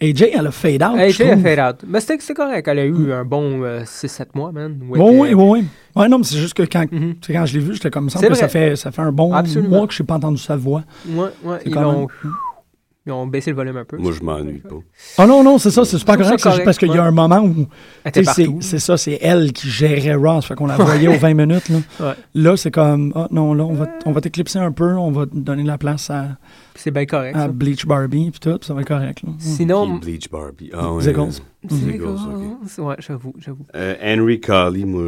A: AJ, elle a fade out.
B: Hey,
A: je
B: j'ai la
A: trouve.
B: fade out. Mais c'était c'est correct. Elle a eu un bon euh, 6-7 mois, man. où
A: Oui, oui,
B: était-
A: oui. oui. Ouais, non, mais c'est juste que quand,
B: Mhm.
A: tu sais, quand je l'ai vu, j'étais comme ça.
B: C'est
A: que Ça
B: vrai.
A: fait, ça fait un bon
B: Absolument.
A: mois que je n'ai pas entendu sa voix.
B: Ouais, ouais,
A: C'est
B: ils,
A: quand
B: ont,
A: même-
B: ils ont baissé le volume un peu.
C: Moi, je m'ennuie pas.
A: Ah non, non, c'est ça, c'est super
B: Je trouve
A: correct.
B: ça
A: C'est juste parce qu'il
B: correct,
A: y a un moment où.
B: Elle
A: tu
B: était
A: sais, C'est
B: partout.
A: c'est ça, c'est elle qui gérait Raw. Ça fait qu'on la voyait aux 20 minutes. Là,
B: Ouais.
A: Là, c'est comme, ah non, là, on va, on va t'éclipser un peu, on va te donner la place à,
B: C'est bien correct.
A: à
B: ça.
A: Bleach Barbie, puis tout, puis ça va être correct. Là.
C: Puis
B: Sinon,
C: Bleach Barbie. Ah, ouais.
A: Ziggles.
C: Ziggles, ok.
B: Ziggles, ouais, j'avoue, j'avoue.
C: Euh, Henry Carly, moi.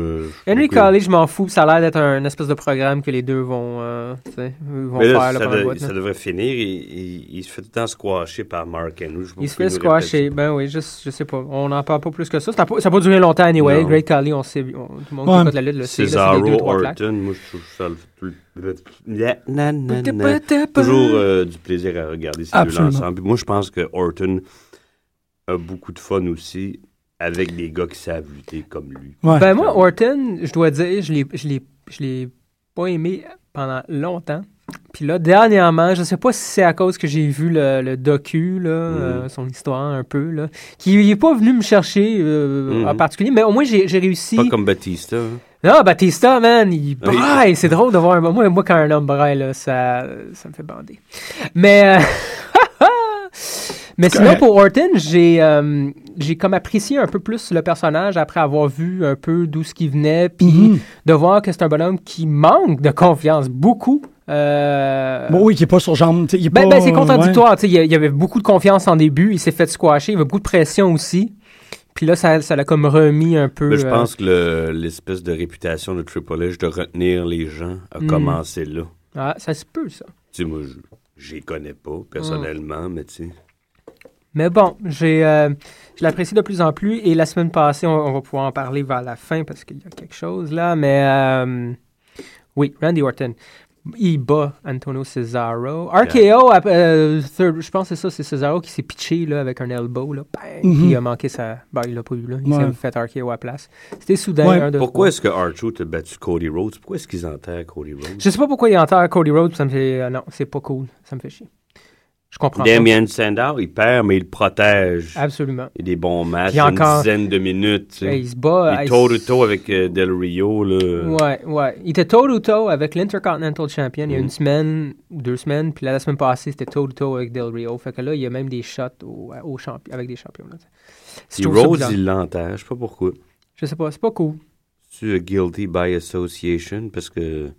C: je-
B: Henry
C: que-
B: Colley, je m'en fous. Ça a l'air d'être un espèce de programme que les deux vont, euh, tu sais, eux vont
C: Mais là,
B: faire là,
C: ça,
B: pendant le
C: de-
B: bout, là.
C: ça devrait finir. Il, il- il se fait tout le temps squasher par Mark Henry. Je sais pas
B: Il se fait
C: pourquoi nous répète
B: squasher.
C: ça.
B: Ben oui, je, je sais pas. On n'en parle pas plus que ça. Ça n'a pas, ça a pas duré longtemps, anyway.
C: Non.
B: Great Khali, on sait. on- tout le monde
A: Ouais.
B: qui écoute la lutte le sait. là, C'est des deux,
C: Cesaro,
B: trois claques.
C: Orton, moi, je trouve ça le plus. Na, na, na, na. Toujours euh, du plaisir à regarder ces
A: Absolument.
C: deux ensemble. Puis Moi, je pense que Orton a beaucoup de fun aussi avec des gars qui savent lutter comme lui.
A: Ouais.
B: Ben moi, Orton, je dois dire, je l'ai- je l'ai je l'ai pas aimé pendant longtemps. Puis là, dernièrement, je sais pas si c'est à cause que j'ai vu le, le docu, là, euh, son histoire un peu, là, qui n'est pas venu me chercher euh,
C: Mhm.
B: en particulier, mais au moins j'ai j'ai réussi.
C: Pas comme Batista. hein.
B: Ah, Batista, man, il braille. C'est drôle de voir un. Moi, moi, quand un homme braille, là, ça, ça me fait bander. Mais. euh, Mais sinon,
A: Correct.
B: pour Orton, j'ai euh, j'ai comme apprécié un peu plus le personnage après avoir vu un peu d'où ce qui venait, puis
A: Mhm.
B: de voir que c'est un bonhomme qui manque de confiance beaucoup. Euh,
A: Bon, oui, qui n'est pas sur jambe. tu sais, il est
B: ben,
A: pas-
B: ben, c'est
A: ouais.
B: contradictoire. tu sais, Il y a- il y avait beaucoup de confiance en début, il s'est fait squasher, il y avait beaucoup de pression aussi. Puis là, ça ça l'a comme remis un peu.
A: Ben,
C: Mais je
B: euh,
C: pense que le- l'espèce de réputation de Triple H de retenir les gens a
B: Mm.
C: commencé là.
B: ah, ça se peut, ça.
C: Tu sais, moi, je j'y connais pas personnellement,
B: Hmm.
C: mais tu sais.
B: Mais bon, j'ai, euh, je l'apprécie de plus en plus et la semaine passée, on, on va pouvoir en parler vers la fin parce qu'il y a quelque chose là. Mais euh, oui, Randy Orton. Il bat Antonio Cesaro. RKO, ap- euh, third- je pense que c'est ça, c'est Cesaro qui s'est pitché là, avec un elbow. Là, bang,
A: Mhm.
B: puis Il a manqué sa. Ben, il l'a pas eu. Là. Il s'est
A: Ouais.
B: fait RKO à la place. C'était soudain.
A: Ouais.
B: un, deux, trois.
C: Pourquoi est-ce que Arthur a battu Cody Rhodes? Pourquoi est-ce qu'ils enterrent Cody Rhodes?
B: Je sais pas pourquoi il enterre Cody Rhodes. Ça me fait. euh, non, c'est pas cool. Ça me fait chier. Je comprends pas.
C: Damien Sandow, il perd, mais il le protège.
B: Absolument.
C: Il y a des bons matchs,
B: Puis encore-
C: une dizaine de minutes. tu sais.
B: Hey, il se bat.
C: Il
B: hey,
C: est toe-to-toe avec euh, Del Rio. Là.
B: Ouais, ouais. Il était toe-to-toe avec l'Intercontinental Champion il y a
C: Mhm.
B: une semaine ou deux semaines. Puis là, la semaine passée, c'était toe-to-toe avec Del Rio. Fait que là, il y a même des shots au, au champi- avec des champions. Là. Je
C: Puis
B: trouve ça
C: Rhodes,
B: bizarre.
C: il l'enterre. Je sais pas pourquoi.
B: Je sais pas, c'est pas cool.
C: Tu guilty by association parce
B: Euh.
C: que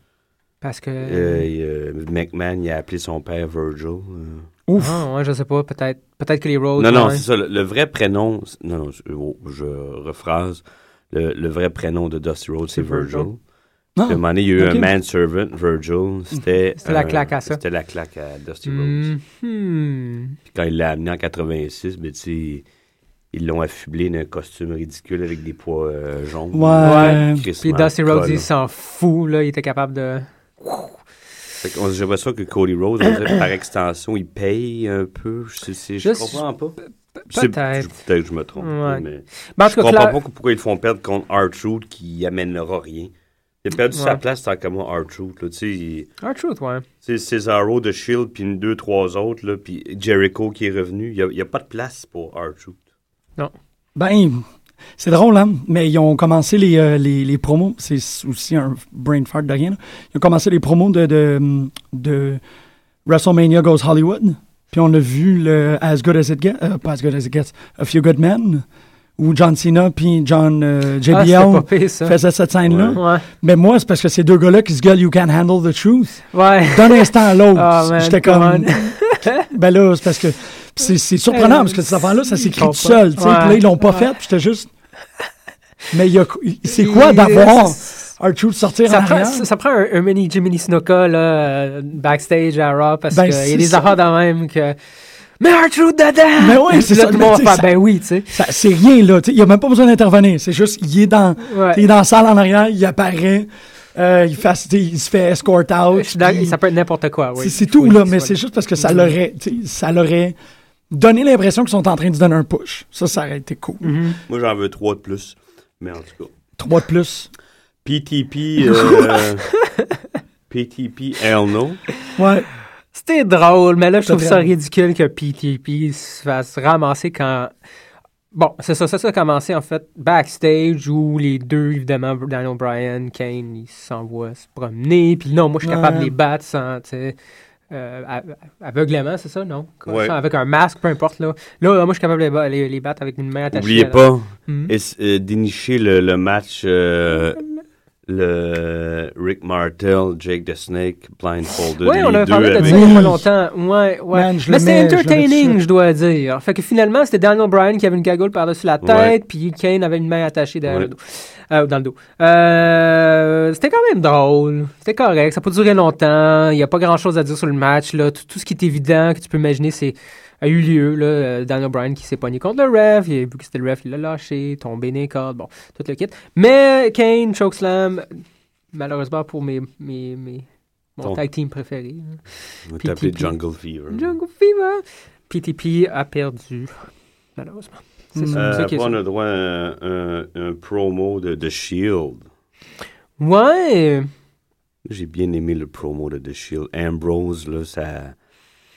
B: Parce que.
C: euh, il, euh, McMahon il a appelé son père Virgil. euh.
A: Ouf.
B: Ah, ouais, je sais pas, peut-être peut-être que les Rhodes.
C: Non, non,
B: ouais.
C: c'est ça. Le, le vrai prénom. c'est- Non, non, c'est- oh, je rephrase. le, le vrai prénom de Dusty Rhodes,
B: C'est
C: c'est
B: Virgil. Ah!
A: Non.
C: Virgil. Puis, à un moment donné, il y a eu
A: Ok.
C: un manservant, Virgil. C'était
B: C'était la
C: un-
B: claque à ça. Mm.
C: C'était la claque à Dusty Rhodes.
B: Hmm, Mhm.
C: Puis quand il l'a amené en 86, ben, tu sais, ils l'ont affublé d'un costume ridicule avec des poids euh, jaunes.
A: Ouais.
B: Puis Dusty Rhodes, il s'en fout, là. Il était capable de.
C: On J'aimerais ça que Cody Rhodes, on dirait, par extension, il paye un peu. Je, sais- c'est- je
B: Juste-
C: comprends pas. C'est- je-
B: Peut-être.
C: Peut-être que je me trompe.
B: Ouais.
C: mais
B: Ben, en
C: je
B: tout cas,
C: comprends
B: Cla-
C: pas pourquoi ils le font perdre contre R-Truth qui amènera rien. Il a perdu
B: Ouais.
C: sa place tant que moi, R-Truth. là, tu sais, il-
B: R-Truth, Ah, ouais.
C: tu sais, Cesaro de Shield, puis une, deux, trois autres, là, puis Jericho qui est revenu. Il n'y a, pas de place pour R-Truth.
A: Ben, c'est drôle, hein? Mais ils ont commencé les, euh, les, les promos. C'est aussi un brain fart de rien. là. Ils ont commencé les promos de, de, de WrestleMania Goes Hollywood. Puis on a vu le As Good As It Gets, euh, pas As Good As It Gets, A Few Good Men, où John Cena puis John euh,
B: Ah,
A: JBL
B: c'était pas pire, ça.
A: faisaient cette scène-là.
B: Ouais.
A: Mais moi, c'est parce que ces deux gars-là qui se gueulent You Can't Handle the Truth.
B: Ouais.
A: D'un instant à l'autre,
B: Ah, man,
A: j'étais
B: come Eh
A: comme. ben là, c'est parce que. C'est, c'est surprenant parce que ces enfants-là, ça s'écrit
B: Ils
A: tout
B: font
A: seul.
B: pas.
A: tu sais. Puis là,
B: Ouais.
A: ils l'ont pas
B: Ouais.
A: fait. Puis j'étais juste. Mais il y a, c'est quoi d'avoir Arthur de sortir
B: Ça
A: en
B: prend,
A: arrière?
B: ça, ça prend un, un mini Jiminy Snuka là, euh, backstage à Raw parce
A: Ben,
B: qu'il y
A: c'est
B: a des
A: ça.
B: affaires dans même que. Mais R-Truth dedans!
A: Ben ouais, c'est
B: Puis là,
A: ça,
B: Tout le
A: mais tu
B: monde va
A: sais,
B: faire,
A: ça-
B: ben oui, tu sais.
A: Ça- c'est rien, là. tu sais, Il a même pas besoin d'intervenir. C'est juste, il est dans,
B: Ouais.
A: il est dans la salle en arrière, il apparaît, euh, il, fait, tu sais, il se fait escort out.
B: Je suis d'accord,
A: puis-
B: Ça peut être n'importe quoi, oui.
A: C'est- C'est tout,
B: Oui,
A: là, mais
B: ça.
A: c'est juste parce que ça
B: Mm-hmm.
A: l'aurait, tu sais, ça l'aurait donné l'impression qu'ils sont en train de se donner un push. Ça, ça aurait été cool.
B: Mm-hmm.
C: Moi, j'en veux trois de plus. Mais en tout cas.
A: Trois de plus.
C: PTP. euh, PTP, hell no.
A: Ouais.
B: C'était drôle, mais là, je
A: C'était
B: trouve ça
A: très drôle.
B: ridicule que PTP se fasse ramasser quand. Bon, c'est ça, ça, ça a commencé en fait backstage où les deux, évidemment, Daniel Bryan, Kane, ils s'envoient se promener. Puis non, moi, je suis capable de
A: Ouais.
B: les battre sans, tu sais, euh, a- aveuglément, c'est ça, non? Comme
C: Ouais.
B: ça, avec un masque, peu importe. Là, là, là, moi, je suis capable de les, ba- les- les battre avec une main attachée.
C: N'oubliez
B: à la-
C: pas,
B: Mhm.
C: es- euh, dénicher le, le match euh, le Rick Martel, Jake the Snake, Blindfolded.
B: Ouais, on
C: les
B: avait
C: deux
B: parlé de
C: avec-
B: ça il y a pas
A: Oui.
B: longtemps. Ouais, ouais.
A: Man, je
B: mais
A: le
B: c'était
A: mets, je le mets tout de
B: entertaining,
A: suite.
B: je dois dire. Fait que finalement, c'était Daniel Bryan qui avait une cagoule par-dessus la
C: Ouais.
B: tête, puis Kane avait une main attachée derrière
C: Ouais.
B: le dos. Euh, dans le dos. Euh, c'était quand même drôle. C'était correct. Ça peut durer longtemps. Il n'y a pas grand-chose à dire sur le match. Là. Tout, tout ce qui est évident, que tu peux imaginer, c'est a eu lieu. Là. Euh, Daniel Bryan qui s'est pogné contre le ref. Il a vu que c'était le ref, il l'a lâché, tombé dans les cordes. Bon, tout le kit. Mais Kane, Chokeslam, malheureusement pour mes, mes, mes, mon
C: Ton-
B: tag team préféré. hein.
C: On va
B: PTP.
C: t'appeler Jungle Fever.
B: Jungle Fever. PTP a perdu, malheureusement. C'est ça,
C: Euh,
B: c'est ça qui
C: après,
B: est ça.
C: on a droit à un, un- un promo de The Shield.
B: Ouais.
C: J'ai bien aimé le promo de The Shield. Ambrose, là, ça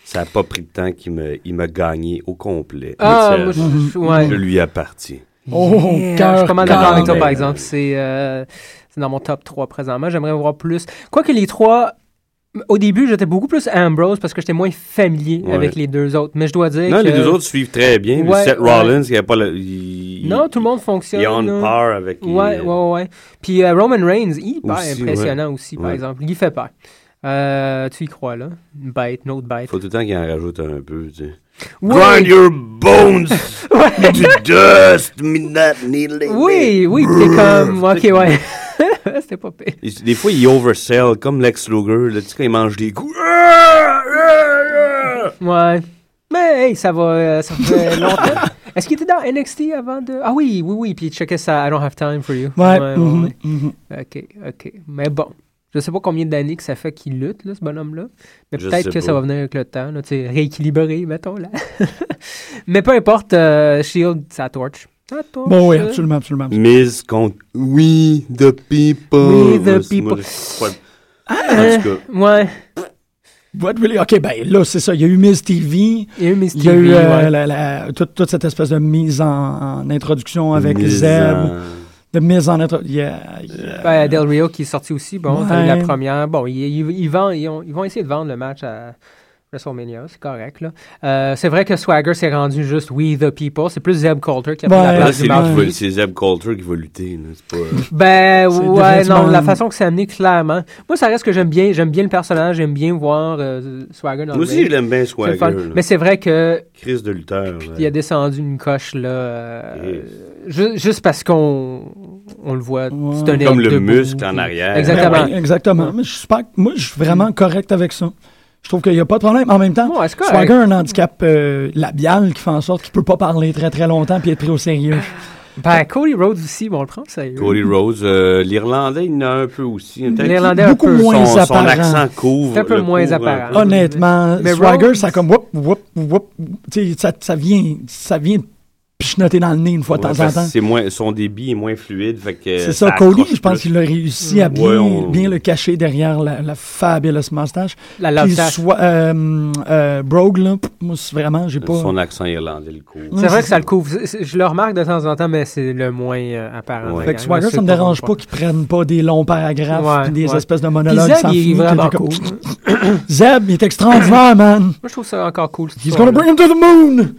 C: ça a pas pris de temps qu'il me, il m'a gagné au complet.
B: Ah,
C: Mais
B: moi, je,
C: ça,
B: je- ouais.
C: je lui appartiens.
A: Oh, cœur,
B: je suis pas mal d'accord
A: cœur.
B: avec toi, par
C: Mais-
B: exemple. C'est euh, c'est dans mon top 3 présentement. J'aimerais voir plus. Quoique les trois, au début, j'étais beaucoup plus Ambrose parce que j'étais moins familier
C: Ouais.
B: avec les deux autres. Mais je dois dire
C: Non,
B: que...
C: les deux autres suivent très bien. Puis
B: Ouais,
C: Seth
B: ouais.
C: Rollins, il n'y a pas le. il-
B: Non, tout le monde
C: Il
B: fonctionne.
C: est on
B: là.
C: par avec.
B: Ouais, ouais,
C: euh,
B: ouais, ouais. Puis euh, Roman Reigns, hyper
C: Aussi,
B: impressionnant aussi, par
C: Ouais.
B: exemple. Il fait peur. Euh, tu y crois, là? Une bête, une autre bête.
C: Faut tout le temps qu'il en rajoute un peu, tu sais.
B: Ouais.
C: Grind your bones to dust, midnight needling.
B: Oui, oui, pis t'es comme, ok, ouais. C'était pas pire.
C: Il- Des fois, il oversell, comme Lex Luger, là, tu sais, quand il mange des coups.
B: Ouais. Mais hey, ça va, euh, ça fait longtemps. Est-ce qu'il était dans NXT avant de. Ah oui, oui, oui, puis il checkait ça, I don't have time for you.
A: Ouais.
B: ouais,
A: mhm,
B: ouais.
A: mhm.
B: Ok, ok. Mais bon. Je sais pas combien d'années que ça fait qu'il lutte, là, ce bonhomme-là. Mais
C: Je
B: peut-être
C: sais
B: que ça
C: pas.
B: va venir avec le temps, là, tu sais, rééquilibré, mettons, là. Mais peu importe, euh, Shield, ça torche. Ça torche.
A: Bon, oui,
B: euh.
A: absolument, absolument. absolument.
C: Miz contre We the People.
B: We the
C: Moi, c'est-
B: people. Ah,
C: moi, je- ouais. En tout cas,
B: Ouais.
A: What really? OK, ben là, c'est ça. Il y a eu Miss TV.
B: Il y a eu Miss
A: Il y a
B: TV,
A: eu euh,
B: ouais.
A: la- la- toute, toute cette espèce de mise en, en introduction avec
C: Miz,
A: Zeb.
C: euh,
A: De mise en introduction. Yeah, yeah.
B: Ben, Del Rio qui est sorti aussi, bon, t'as eu la
A: Ouais.
B: première. Bon, ils, ils- ils vendent- ils ont- ils vont essayer de vendre le match à, WrestleMania, c'est correct. là. Euh, c'est vrai que Swagger s'est rendu juste We the People. C'est plus Zeb Coulter qui a pris
A: Ouais.
B: la
A: Là,
C: Là,
B: place
C: c'est
B: du
C: lui qui
B: Marquis.
C: va- c'est Zeb Coulter qui va lutter. là, C'est pas. euh,
B: Ben
A: C'est
B: ouais, non,
A: définitivement-
B: la façon que c'est amené, clairement. Moi, ça reste que j'aime bien, j'aime bien le personnage, j'aime bien voir euh, Swagger dans
C: Moi
B: le
C: aussi,
B: ring.
C: je l'aime bien,
B: C'est le
C: Swagger.
B: fun.
C: là.
B: Mais c'est vrai que
C: Chris de lutteur.
B: il
C: là. Eh,
B: a descendu une coche là, euh,
C: Yes.
B: ju- juste parce qu'on on le voit.
A: Ouais.
B: C'est un
C: Comme
B: aigle
C: le
B: debout,
C: muscle en
B: puis-
C: arrière.
B: Exactement.
A: Ben oui, exactement. Mm. Mais je suis pas, moi, je suis vraiment correct avec ça. Je trouve qu'il n'y a pas de problème. En même temps,
B: Ouais, c'est correct.
A: Swagger a un handicap euh, labial qui fait en sorte qu'il peut pas parler très très longtemps puis être pris au sérieux.
B: Ben, Cody Rhodes aussi, bon, on le prend ça.
C: Cody Rhodes, euh, l'Irlandais, il en a un peu aussi. Peut-être
B: L'Irlandais un
A: Beaucoup
B: peu.
A: moins
C: son, son
A: apparent.
C: accent couvre.
B: C'est un peu
C: le
B: moins
C: couvre un
B: apparent.
C: peu.
A: Honnêtement,
B: Mais
A: Swagger,
B: Rhodes-
A: ça comme whoop, whoop, whoop. Tu sais, ça, ça vient, ça vient pichenoter dans le nez une fois de
C: Ouais,
A: temps en
C: parce que
A: temps.
C: c'est moins, son débit est moins fluide. fait que
A: C'est ça, Cody,
C: accroche
A: je pense
C: plus.
A: qu'il a réussi à bien,
C: Ouais, on-
A: bien le cacher derrière la, la fabuleuse moustache.
B: La
A: Puis
B: love tache.
A: soit, euh, euh, Brogue, là, pff, moi, c'est vraiment, j'ai pas...
C: Son accent irlandais le couvre.
A: Ouais,
B: C'est vrai
A: c'est
B: que ça le couvre. C'est- c'est- Je le remarque de temps en temps, mais c'est le moins euh, apparent.
C: Ouais.
A: Fait que Swagger, ça me dérange pas qu'ils prennent pas des longs paragraphes
B: Ouais,
A: puis des
B: ouais.
A: espèces de
B: Puis
A: monologues
B: Zeb,
A: sans
B: il est
A: fin.
B: vraiment
A: que t'es comme,
B: cool.
A: Pff, Zeb, il est extraordinaire, man!
B: Moi, je trouve ça encore cool. cette
A: He's
B: histoire-là.
A: gonna bring him to the moon!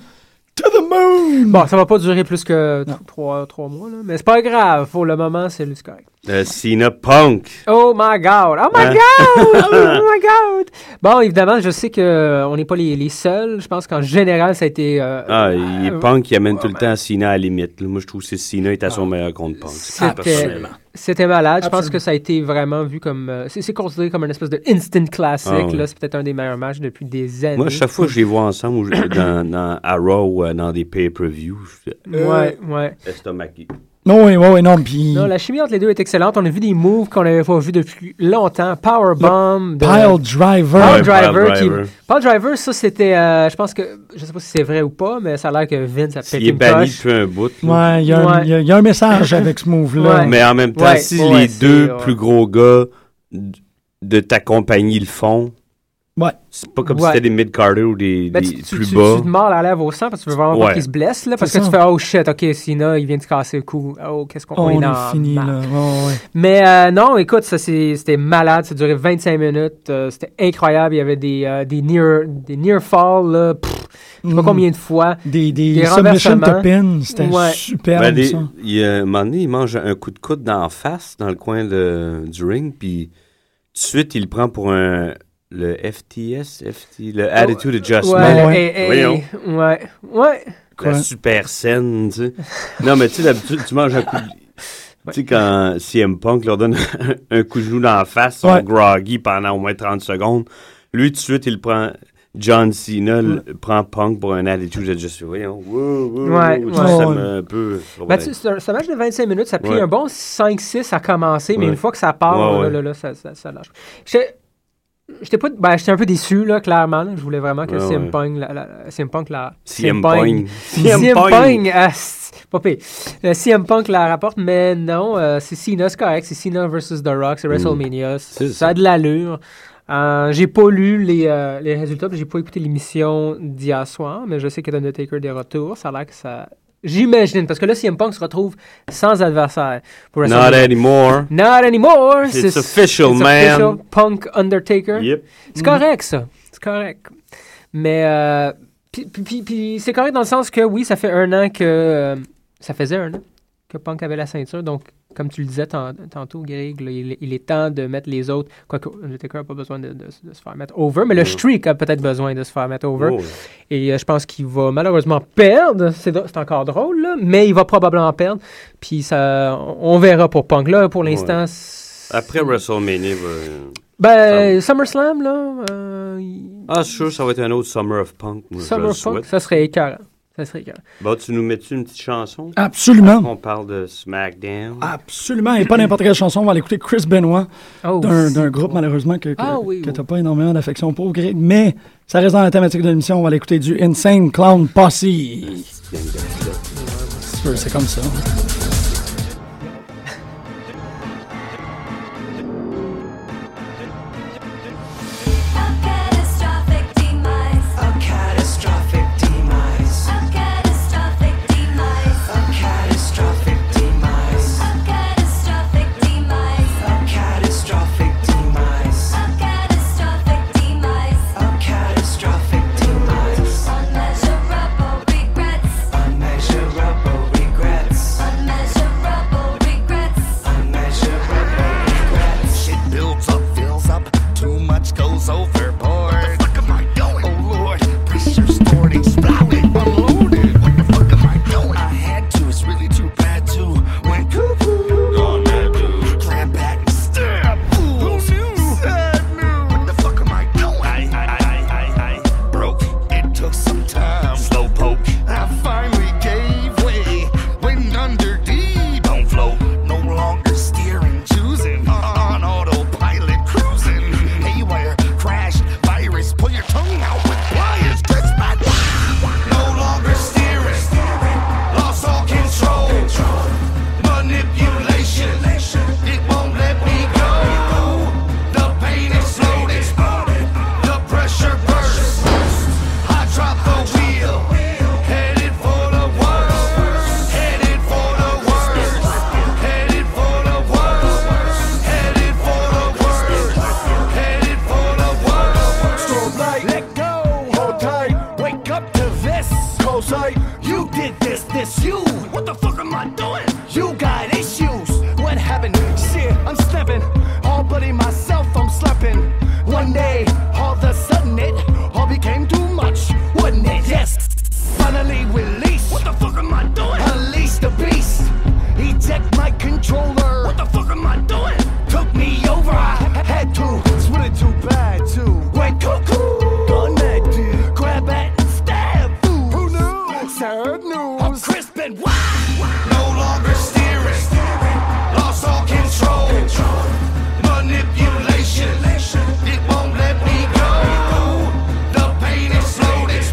A: To the moon!
B: Bon, ça va pas durer plus que
A: Non.
B: tr- trois, trois mois, là. mais c'est pas grave. Pour le moment, c'est le correct.
C: Euh, Cena Punk.
B: Oh my God! Oh my
C: Hein?
B: God! Oh my God! Bon, évidemment, je sais que euh, on n'est pas les, les seuls. Je pense qu'en général, ça a été. euh,
C: Ah,
B: euh,
C: il est Punk qui amène tout le temps Cena à la limite. là. Moi, je trouve que Cena est à
B: Ah.
C: son meilleur contre Punk. Ah,
B: C'était-
C: personnellement.
B: C'était malade. Je pense
A: Absolument.
B: que ça a été vraiment vu comme. euh, c'est c'est considéré comme une espèce de instant classique.
C: Ah, ouais.
B: là. C'est peut-être un des meilleurs matchs depuis des années.
C: Moi, chaque fois que je les vois ensemble ou je- dans, dans à Raw ou euh, dans des pay-per-views, je suis
A: Euh.
B: Ouais, ouais.
C: estomaqué.
A: Non, oui, oui, non, puis...
B: Non, la chimie entre les deux est excellente. On a vu des moves qu'on n'avait pas vu depuis longtemps. Powerbomb. de- Ah,
A: Pile driver!
B: Pile
C: Ouais,
B: Driver,
C: Pile
B: qui-
C: Driver.
B: Paul Driver, ça c'était, euh, je pense que, je sais pas si c'est vrai ou pas, mais ça a l'air que Vince a pété
C: Il est
B: une
C: banni
B: coche.
C: depuis un bout. là.
A: Ouais, il y, a un-
B: Ouais.
A: il y a- il y a un message avec ce move-là.
B: Ouais.
C: Mais en même temps,
B: Ouais,
C: si
B: ouais,
C: les
B: c'est-
C: deux
B: ouais.
C: plus gros gars d- de ta compagnie le font,
A: Ouais.
C: c'est pas comme si
B: Ouais.
C: c'était des mid-carter ou des,
B: Ben,
C: des
B: tu, tu,
C: plus
B: tu-
C: bas.
B: tu te mords la lèvre au sang parce que tu veux vraiment pas
C: Ouais.
B: qu'il se blesse, là, parce
A: C'est
B: que tu
A: ça.
B: fais, oh shit, ok, Sina, il vient de casser le cou. Oh, qu'est-ce qu'on
A: On
B: est
A: est
B: dans.
A: fini,
B: mal.
A: là. Ouais, ouais.
B: Mais euh, non, écoute, ça c'est- c'était malade, ça durait 25 minutes, euh, c'était incroyable, il y avait des, euh, des near, des near fall, là, pff, je sais pas
A: Mm.
B: combien de fois.
A: Des, des,
B: Des
A: submissions
B: renversements.
A: to pin, c'était
B: Ouais.
A: superbe,
C: Ben, des-
A: ça.
C: il, y a un moment donné, il mange un coup de coude dans la face, dans le coin de- du ring, puis tout de suite, il le prend pour un. Le FTS, FT, le Attitude Adjustment.
B: Ouais, là,
A: ouais.
B: hey, hey,
C: Voyons.
B: ouais, ouais.
A: Quoi?
C: La super scène, tu sais. Non, mais tu sais, d'habitude, tu manges un coup de... Tu sais, quand CM Punk leur donne un coup de genou dans la face, son
A: Ouais.
C: groggy pendant au moins 30 secondes, lui, tout de suite, il prend... John Cena le- prend Punk pour un attitude de juste, voyons, wow, wow, wow,
B: Ouais,
C: tu sais,
B: ouais.
C: ça me un peu...
B: Ben, tu- c'est un, c'est un match de 25 minutes, ça a pris
C: Ouais.
B: un bon 5-6 à commencer, mais
C: Ouais.
B: une fois que ça part,
C: Ouais,
B: là,
C: ouais.
B: là, là, ça, ça, ça lâche. J'étais j'étais pas, ben, j'étais un peu déçu, là, clairement. là. Je voulais vraiment que
C: Ah Ouais,
B: CM,
C: ouais.
B: Punk, la, la- la- CM Punk la...
C: CM Punk.
B: CM, Punk! ah, c'est- pas pire. Euh, CM Punk la rapporte, mais non, euh, c'est Cena, c'est correct. C'est Cena versus The Rock, c'est WrestleMania.
C: Mm. C'est
B: Ça a de l'allure. Euh, j'ai pas lu les, euh, les résultats, puis j'ai pas écouté l'émission d'hier soir, mais je sais que Undertaker des retours. Ça a l'air que ça. J'imagine, parce que là, CM Punk se retrouve sans adversaire pour
C: Not
B: WrestleMania.
C: anymore.
B: Not anymore!
C: It's official,
B: it's
C: man.
B: official. Punk Undertaker.
C: Yep.
B: C'est
C: Mhm.
B: correct, ça. C'est correct. Mais. euh, puis- puis- puis- Puis c'est correct dans le sens que, oui, ça fait un an que. euh, ça faisait un an que Punk avait la ceinture. Donc, comme tu le disais tan- tantôt, Greg, là, il, il est temps de mettre les autres. Quoique, Undertaker n'a pas besoin de, de- de se faire mettre over. Mais le
C: Ouais.
B: streak a peut-être besoin de se faire mettre over.
C: Oh.
B: Et euh, je pense qu'il va malheureusement perdre. C'est dr- c'est encore drôle, là, mais il va probablement perdre. Puis ça, on on verra pour Punk. Là, pour l'instant. c'est-
C: Après WrestleMania, va-
B: Ben, SummerSlam, là. euh, il-
C: ah, c'est sûr, ça va être un autre Summer of Punk. moi, je le
B: Summer Punk,
C: souhaite.
B: ça serait écœurant. Ça serait écœurant.
C: Bon, tu nous mets-tu une petite chanson?
A: Absolument.
C: On parle de SmackDown.
A: Ah, Absolument. Et pas n'importe quelle chanson. On va l'écouter Chris Benoit,
B: Oh,
A: d'un
B: si.
A: d'un groupe, malheureusement, que, que,
B: Ah oui,
A: que
B: oui.
A: t'as pas énormément d'affection pour, Greg. Mais ça reste dans la thématique de l'émission. On va l'écouter du Insane Clown Posse. C'est c'est comme ça.
D: A catastrophic demise.
E: A catastrophic demise.
D: A catastrophic demise.
E: A catastrophic demise.
D: A catastrophic demise.
E: A catastrophic demise.
D: A catastrophic demise.
E: A catastrophic
F: Oh, one day, all of a sudden it all became too much, wouldn't it? Yes. Finally released. What the fuck am I doing? Unleash the beast. Eject my controller. What the fuck am I doing? Took me over. I had to. It's really too bad too. Went cuckoo. Gun that dude. Grab at and stab. Who knew? Serve news. I'm crisp and wild. No longer steering. Lost all control. Manipulation. It won't let me go. The pain exploded.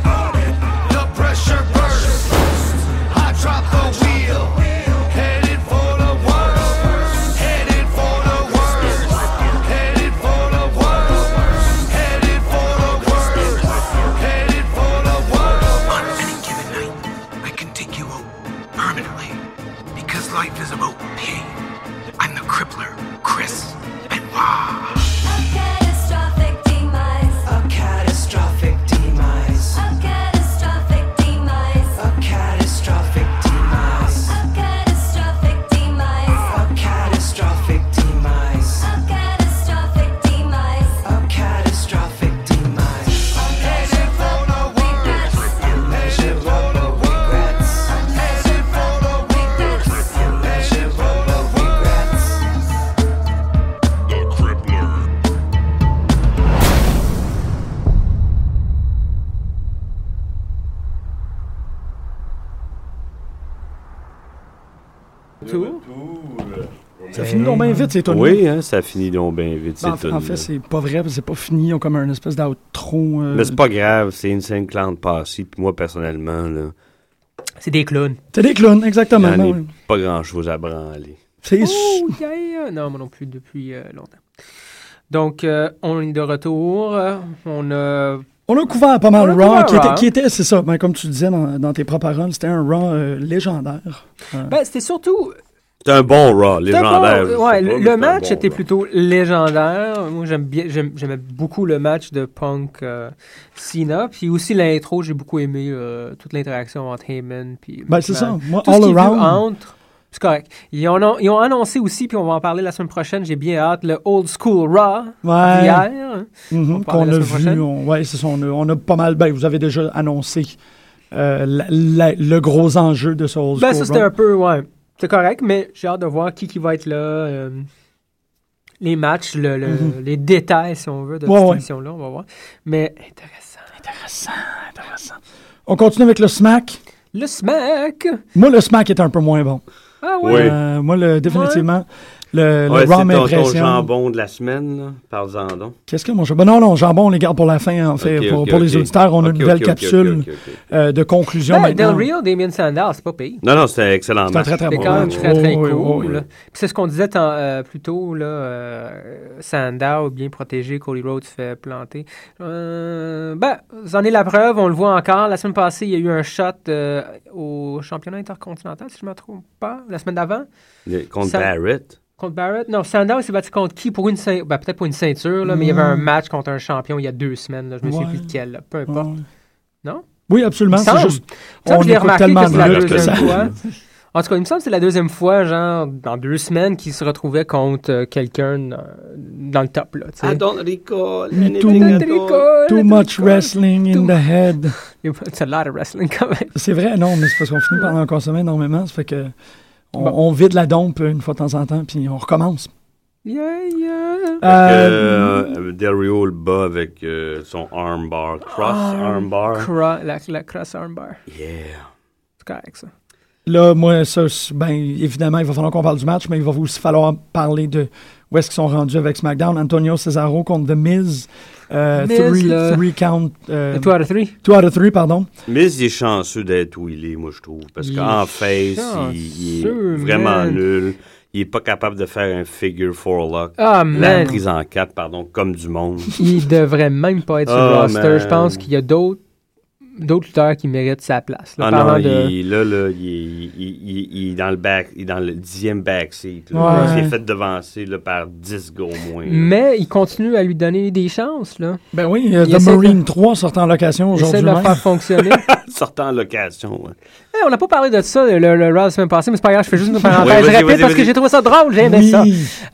F: The pressure burst. I dropped the wheel. Headed for the worst. Headed for the worst. Headed for the worst. Headed for the worst. Headed for the worst.
G: On any given night, I can take you home permanently. Because life is about pain. I'm the crippler, Chris Benoit.
D: A catastrophic demise.
E: A catastrophic demise.
D: A catastrophic demise.
E: A catastrophic demise.
D: A catastrophic demise.
E: A catastrophic demise.
D: A catastrophic demise.
E: A catastrophic demise.
D: Measure for the regrets.
E: Measure of the regrets.
D: Measure for the regrets.
E: Measure of the regrets.
G: The crippler.
B: Tout.
A: Ça finit donc bien vite, ces tunes
C: Oui, hein, ça finit donc bien vite,
A: Ben, En,
C: ces tunes-là.
A: en fait, c'est pas vrai, parce que c'est pas fini. Ils ont comme un espèce d'outro. euh,
C: Mais c'est pas grave, c'est une scène clan passée, puis moi, personnellement, là,
B: C'est des clowns.
A: C'est des clowns, exactement.
C: j'en ai
A: ouais.
C: pas grand-chose à branler.
A: C'est
B: Oh, yeah. Non, moi non plus depuis euh, longtemps. Donc, euh, on est de retour. Euh, On a.
A: On a couvert pas mal
B: On a
A: Raw,
B: couvert
A: qui était,
B: Raw.
A: qui était- c'est ça, ben, comme tu disais dans, dans tes propres paroles, c'était un Raw euh, légendaire.
B: Ben, c'était surtout.
C: C'est un bon Raw,
B: c'était
C: légendaire.
B: bon.
C: je sais
B: Ouais,
C: pas,
B: le,
C: mais
B: le
C: c'est un
B: match
C: bon
B: était
C: Raw.
B: plutôt légendaire. Moi, j'aime bien, j'aime- j'aimais beaucoup le match de Punk euh, Cena. Puis aussi l'intro, j'ai beaucoup aimé euh, toute l'interaction entre Heyman. Puis
A: Ben, c'est ça,
B: McMahon.
A: moi,
B: Tout
A: all
B: ce qui est vu
A: around.
B: entre. C'est correct. Ils en ont, ils ont annoncé aussi, puis on va en parler la semaine prochaine. J'ai bien hâte. Le Old School Raw
A: Ouais.
B: d'hier.
A: Mhm,
B: On parle
A: qu'on
B: la
A: a
B: semaine
A: vu,
B: prochaine.
A: on, ouais, c'est ça, on a, on a pas mal, ben, vous avez déjà annoncé euh, la- la- le gros enjeu de ce Old
B: Ben,
A: School
B: ça, c'était
A: Raw.
B: un peu, ouais. C'est correct, mais j'ai hâte de voir qui, qui va être là. euh, les matchs, le, le- les détails, si on veut, de
A: Mm-hmm. Ouais,
B: cette
A: ouais.
B: émission-là, on va voir. Mais intéressant.
A: Intéressant, intéressant. On continue avec le smack.
B: Le smack!
A: Moi, le smack est un peu moins bon.
B: Ah
C: Oui.
B: ouais!
A: Euh, moi, le, définitivement, le, le Raw
C: Ouais, c'est ton, ton
A: m'impressionne.
C: jambon de la semaine, là. Parle-en donc.
A: Qu'est-ce que mon jambon? Ben non, non, jambon, on les garde pour la fin, en fait.
C: Ok,
A: pour
C: ok,
A: pour les
C: ok.
A: auditeurs, on a
C: Ok,
A: une nouvelle
C: ok, ok,
A: capsule
C: ok, ok, ok.
A: euh, de conclusion
B: Ben, Del
A: maintenant.
B: Rio, Damien Sandow, c'est pas pire.
C: Non, non, c'était un excellent.
A: C'était
C: match.
A: très, très
B: C'est
A: bon.
B: quand même
A: ouais.
B: très, très
A: Oh, oui,
B: cool.
A: oui, oui.
B: là. Puis c'est ce qu'on disait tant, euh, plus tôt, là, euh, Sandow bien protégé, Cody Rhodes se fait planter. Euh, ben, vous en est la preuve, on le voit encore. La semaine passée, il y a eu un shot euh, au championnat intercontinental, si je ne me trompe pas, la semaine d'avant.
C: Le- Contre
B: Ça-
C: Barrett.
B: Contre Barrett? Non, Sandow il s'est battu contre qui? Pour une ceinture, peut-être pour une ceinture, là, mais il y avait un match contre un champion il y a deux semaines. Là, je me souviens
A: Hmm. Ouais.
B: plus lequel. là, peu
A: Ouais.
B: importe. Non?
A: Oui,
B: Il me
A: absolument.
B: semble.
A: C'est juste.
B: Il me semble
A: on
B: que je l'ai
A: écoute
B: remarqué
A: tellement
B: que c'est la
A: de luttes que ça-
B: deuxième fois. En tout cas, il me semble que c'est la deuxième fois, genre, dans deux semaines, qu'il se retrouvait contre euh, quelqu'un euh, dans le top, là, tu sais.
C: don't recall.
B: Tricot,
A: Too much
B: tricot.
A: wrestling in
B: Too-
A: the head.
B: C'est a lot of wrestling, quand même.
A: C'est vrai, non, mais c'est parce qu'on finit par en consommer énormément. Ça fait que on,
B: Bon.
A: on vide la dompe une fois de temps en temps, puis on recommence.
B: Yeah, yeah.
A: Euh,
C: Del Rio le bat avec euh, son armbar. Cross
A: Ah,
C: armbar.
B: Cro- la, la cross armbar.
C: yeah.
B: C'est correct, ça.
A: Là, moi, ça, c'est- ben, évidemment, il va falloir qu'on parle du match, mais il va aussi falloir parler de où est-ce qu'ils sont rendus avec SmackDown. Antonio Cesaro contre The Miz. Euh,
B: Miz,
A: three,
B: là.
A: three count. euh,
B: The two out of three.
A: two out of three, pardon.
C: Miz, il est chanceux d'être où il est, moi, je trouve. Parce
B: Il
C: qu'en
B: est
C: face,
B: chanceux,
C: il, il est vraiment
B: man.
C: nul. Il est pas capable de faire un figure four lock.
B: Ah,
C: La
B: man.
C: prise en quatre, pardon, comme du monde.
B: Il devrait même pas être sur
C: Oh,
B: le roster.
C: man.
B: Je pense qu'il y a d'autres d'autres lutteurs qui méritent sa place. là,
C: Ah
B: parlant
C: non,
B: de-
C: il, là, là, il, il, il- il- il est dans le back, il est dans le dixième backseat. là.
A: Ouais.
C: Il s'est fait devancer là, par 10 gars au moins. là.
B: Mais il continue à lui donner des chances. Là.
A: Ben oui, euh,
B: Il
A: The
B: essaie de-
A: Marine 3 sort en location
B: Il
A: aujourd'hui
B: essaie de le
A: même.
B: faire fonctionner.
C: Sortant en location. hein. ouais.
B: Hey, on n'a pas parlé de ça, le, le, le Raw la semaine passée, mais c'est pas grave, je fais juste une
C: Ouais,
B: parenthèse
C: vas-y,
B: rapide
C: vas-y,
B: parce que
C: vas-y.
B: j'ai trouvé ça drôle, j'ai aimé
A: Oui.
B: ça.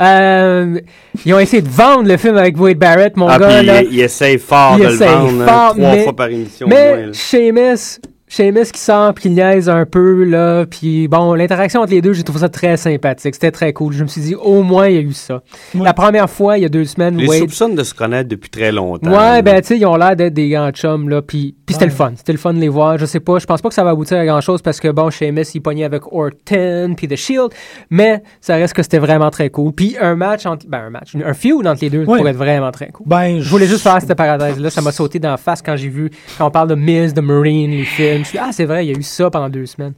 B: Euh, ils ont essayé de vendre le film avec Wade Barrett, mon
C: Ah,
B: gars.
C: puis
B: là.
C: il, il essaye fort
B: il
C: de le
B: essaye
C: vendre hein,
B: fort,
C: trois
B: mais-
C: fois par émission. au moins,
B: Mais
C: là.
B: Seamus, Seamus qui sort puis qui niaise un peu, là. Puis bon, l'interaction entre les deux, j'ai trouvé ça très sympathique. C'était très cool. Je me suis dit, au moins, il y a eu ça. La première fois, il y a deux semaines,
C: Les
B: Wade.
C: soupçonnent de se connaître depuis très longtemps. là.
B: Ouais, ben, tu sais, ils ont l'air d'être des grands chums, là. Puis puis c'était le fun. C'était le fun de les voir. Je sais pas, je pense pas que ça va aboutir à grand chose parce que, bon, Seamus, il pognait avec Orton puis The Shield. Mais ça reste que c'était vraiment très cool. Puis un match entre. Ben, un match. Un feud entre les deux
A: Ouais.
B: pourrait être vraiment très cool.
A: Ben,
B: Je voulais juste faire cette parenthèse-là. Ça m'a sauté dans la face quand j'ai vu, quand on parle de Miz, de Marine, les films. Je suis ah, c'est vrai, il y a eu ça pendant deux semaines.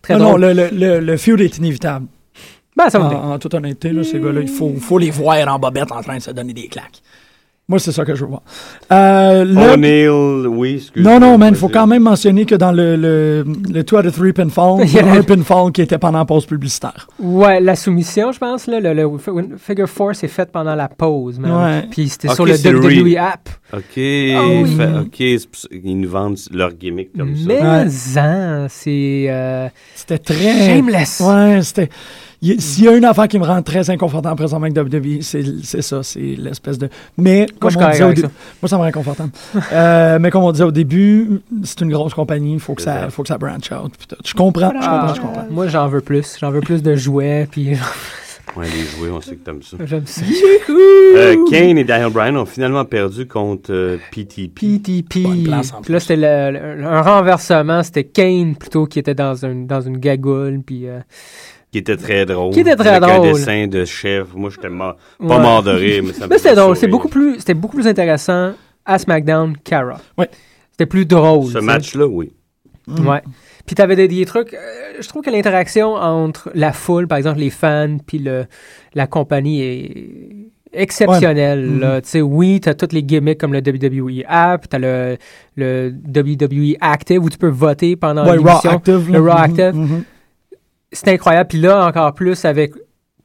B: Très
A: Ah Non, non,
B: drôle.
A: le, Ah. le, le, le feud est inévitable.
B: Ben, ça
A: En,
B: va venir.
A: en toute honnêteté, là, ces gars-là, il faut, faut les voir en bobette en train de se donner des claques. Moi, c'est ça que je vois. Euh, le-
C: O'Neill, oui, excuse-moi.
A: Non, non, man, il faut quand même mentionner que dans le, le, le 2 out of 3 pinfall, il y a un pinfall qui était pendant la pause publicitaire.
B: Ouais, la soumission, je pense, là, le, le fi- Figure 4, c'est fait pendant la pause, man.
A: Ouais.
B: Puis c'était
C: Ok,
B: sur le
C: c'est le
B: WWE
C: re-
B: app.
C: OK,
B: Ah oui.
C: fait- OK, c'est pour ça- ils nous vendent leur gimmick comme
B: Mais,
C: ça.
B: hein, c'est. euh,
A: C'était très.
B: Shameless.
A: Ouais, c'était. il y a- S'il y a une affaire qui me rend très inconfortable présentement avec WWE, c'est c'est ça, c'est l'espèce de. Mais,
B: Moi,
A: comme
B: je suis
A: on disait au
B: correct
A: dé-
B: avec
A: Moi, ça me rend inconfortable. Euh, mais comme on disait au début, c'est une grosse compagnie, il faut, que ça-
C: Exact.
A: faut que ça branch out. puis tout. Je comprends, je
B: ah,
A: comprends, je comprends.
B: moi, j'en veux plus. J'en veux plus de jouets, puis
C: Ouais, les jouets, on sait que t'aimes ça.
B: j'aime ça.
C: Euh, Kane et Daniel Bryan ont finalement perdu contre euh, PTP.
B: PTP.
A: Bonne place, en
B: Puis là, c'était le- le- un renversement. C'était Kane plutôt qui était dans une, dans une gagoule. Puis, euh,
C: qui était très drôle.
B: Qui était très
C: avec
B: drôle.
C: un dessin de chef. Moi, j'étais mort- pas
B: Ouais.
C: mort de rire, mais ça me
B: Mais c'était
C: faisait
B: drôle.
C: sourire.
B: C'était beaucoup, plus, c'était beaucoup plus intéressant à SmackDown qu'à Raw.
A: Ouais.
B: C'était plus drôle.
C: Ce
B: tu sais.
C: match-là, oui.
A: Mm.
B: Ouais. Puis t'avais des, des trucs. euh, je trouve que l'interaction entre la foule, par exemple, les fans, puis le, la compagnie est exceptionnelle.
A: Ouais. Mm-hmm.
B: là. Tu sais, oui, t'as toutes les gimmicks comme le WWE app, t'as le, le WWE Active où tu peux voter pendant
A: Ouais, Raw
B: Ah, l'émission.
A: Active.
B: le
A: là.
B: Raw
A: Mhm,
B: Active.
A: mhm.
B: c'est incroyable. Puis là, encore plus avec